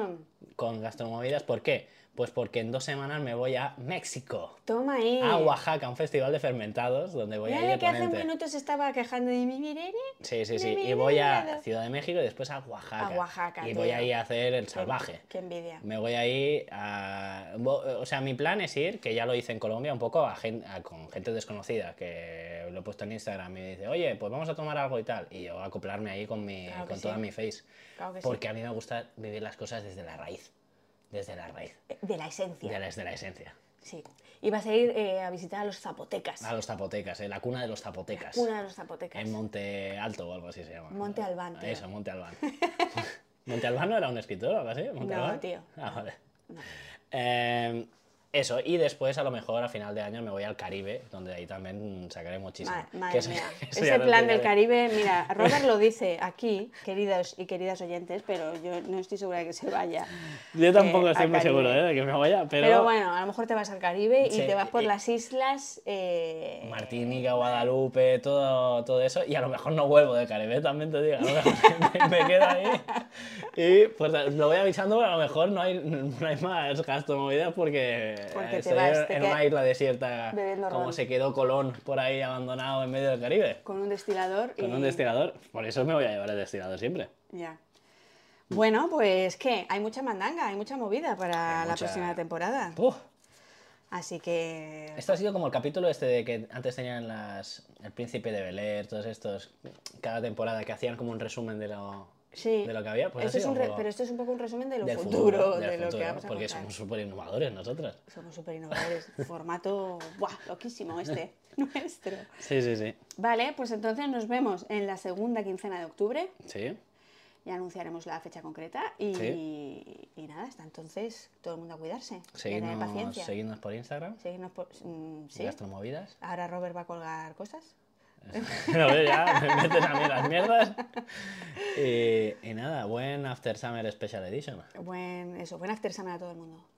[SPEAKER 1] con Gastromovidas. ¿Por qué? Pues porque en dos semanas me voy a México,
[SPEAKER 2] Toma ahí.
[SPEAKER 1] a Oaxaca, un festival de fermentados, donde voy a ir
[SPEAKER 2] Mira
[SPEAKER 1] a
[SPEAKER 2] que hace un
[SPEAKER 1] ponente.
[SPEAKER 2] minuto se estaba quejando de mi Irene.
[SPEAKER 1] Sí, sí,
[SPEAKER 2] Mira,
[SPEAKER 1] sí.
[SPEAKER 2] mira,
[SPEAKER 1] Y
[SPEAKER 2] mira,
[SPEAKER 1] voy
[SPEAKER 2] mira.
[SPEAKER 1] a Ciudad de México y después a Oaxaca.
[SPEAKER 2] A Oaxaca,
[SPEAKER 1] Y voy
[SPEAKER 2] tío.
[SPEAKER 1] ahí a hacer el salvaje.
[SPEAKER 2] Qué envidia.
[SPEAKER 1] Me voy a ir a... bo- O sea, mi plan es ir, que ya lo hice en Colombia un poco, a gen- a- con gente desconocida, que lo he puesto en Instagram y me dice, oye, pues vamos a tomar algo y tal. Y yo acoplarme ahí con, mi,
[SPEAKER 2] Claro que
[SPEAKER 1] con
[SPEAKER 2] sí.
[SPEAKER 1] toda mi face.
[SPEAKER 2] Claro que sí.
[SPEAKER 1] Porque a mí me gusta vivir las cosas desde la raíz. desde la raíz,
[SPEAKER 2] Eh, De la esencia.
[SPEAKER 1] ya desde la esencia.
[SPEAKER 2] Sí. Y vas a ir eh, a visitar a los zapotecas.
[SPEAKER 1] A los zapotecas, eh, la cuna de los zapotecas.
[SPEAKER 2] Una de los zapotecas.
[SPEAKER 1] En Monte Alto o algo así se llama.
[SPEAKER 2] Monte Albán, tío.
[SPEAKER 1] Eso, Monte Albán. ¿Monte Albán no era un escritor o algo así? ¿Monte
[SPEAKER 2] No,
[SPEAKER 1] Albán?
[SPEAKER 2] tío.
[SPEAKER 1] Ah, vale. Eh, eso, y después a lo mejor a final de año me voy al Caribe, donde ahí también sacaré muchísimo.
[SPEAKER 2] Ma-
[SPEAKER 1] Que
[SPEAKER 2] madre
[SPEAKER 1] eso-
[SPEAKER 2] mía.
[SPEAKER 1] eso ya
[SPEAKER 2] Ese
[SPEAKER 1] no
[SPEAKER 2] plan
[SPEAKER 1] tiene
[SPEAKER 2] del
[SPEAKER 1] que-
[SPEAKER 2] Caribe, mira, Robert lo dice aquí, queridos y queridas oyentes, pero yo no estoy segura de que se vaya.
[SPEAKER 1] Yo tampoco
[SPEAKER 2] eh,
[SPEAKER 1] estoy
[SPEAKER 2] al
[SPEAKER 1] muy
[SPEAKER 2] Caribe.
[SPEAKER 1] seguro eh, de que me vaya, pero,
[SPEAKER 2] Pero, bueno, a lo mejor te vas al Caribe y
[SPEAKER 1] Sí,
[SPEAKER 2] te vas por
[SPEAKER 1] y-
[SPEAKER 2] las islas. eh,
[SPEAKER 1] Martinica, Guadalupe, todo, todo eso. Y a lo mejor no vuelvo de Caribe, también te digo. A lo mejor me, me quedo ahí. Y pues lo voy avisando, pero a lo mejor no hay, no hay más gasto movida porque,
[SPEAKER 2] Porque te
[SPEAKER 1] estoy
[SPEAKER 2] vas,
[SPEAKER 1] en-
[SPEAKER 2] te
[SPEAKER 1] en
[SPEAKER 2] quedas
[SPEAKER 1] una isla desierta
[SPEAKER 2] bebiendo
[SPEAKER 1] como
[SPEAKER 2] ron.
[SPEAKER 1] se quedó Colón por ahí abandonado en medio del Caribe.
[SPEAKER 2] Con un destilador.
[SPEAKER 1] Con
[SPEAKER 2] y...
[SPEAKER 1] un destilador. Por eso me voy a llevar el destilador siempre.
[SPEAKER 2] Ya. Bueno, pues que hay mucha mandanga, hay mucha movida para
[SPEAKER 1] Hay
[SPEAKER 2] la
[SPEAKER 1] mucha-
[SPEAKER 2] próxima temporada.
[SPEAKER 1] Uf,
[SPEAKER 2] Así que.
[SPEAKER 1] esto ha sido como el capítulo este de que antes tenían las, el príncipe de Bel Air, todos estos, cada temporada que hacían como un resumen de lo,
[SPEAKER 2] Sí.
[SPEAKER 1] de lo que había. Pues ha
[SPEAKER 2] Esto es
[SPEAKER 1] sido
[SPEAKER 2] un re-
[SPEAKER 1] un poco-
[SPEAKER 2] Pero esto es un poco un resumen de lo
[SPEAKER 1] del
[SPEAKER 2] futuro,
[SPEAKER 1] del
[SPEAKER 2] de lo
[SPEAKER 1] futuro,
[SPEAKER 2] que vamos a
[SPEAKER 1] Porque
[SPEAKER 2] contar.
[SPEAKER 1] somos súper innovadores nosotros.
[SPEAKER 2] Somos súper innovadores. Formato, ¡buah! Loquísimo este, nuestro.
[SPEAKER 1] Sí, sí, sí.
[SPEAKER 2] Vale, pues entonces nos vemos en la segunda quincena de octubre.
[SPEAKER 1] Sí.
[SPEAKER 2] Ya anunciaremos la fecha concreta. Y, y nada, hasta entonces todo el mundo a cuidarse. y a tener
[SPEAKER 1] Seguidnos,
[SPEAKER 2] paciencia.
[SPEAKER 1] seguidnos por Instagram.
[SPEAKER 2] Seguirnos por. mm, sí.
[SPEAKER 1] Gastromovidas.
[SPEAKER 2] Ahora Robert va a colgar cosas.
[SPEAKER 1] Lo veo ya, me metes a mí las mierdas. Y, y Eh, nada, buen After Summer Special Edition.
[SPEAKER 2] Buen, eso, buen after summer a todo el mundo.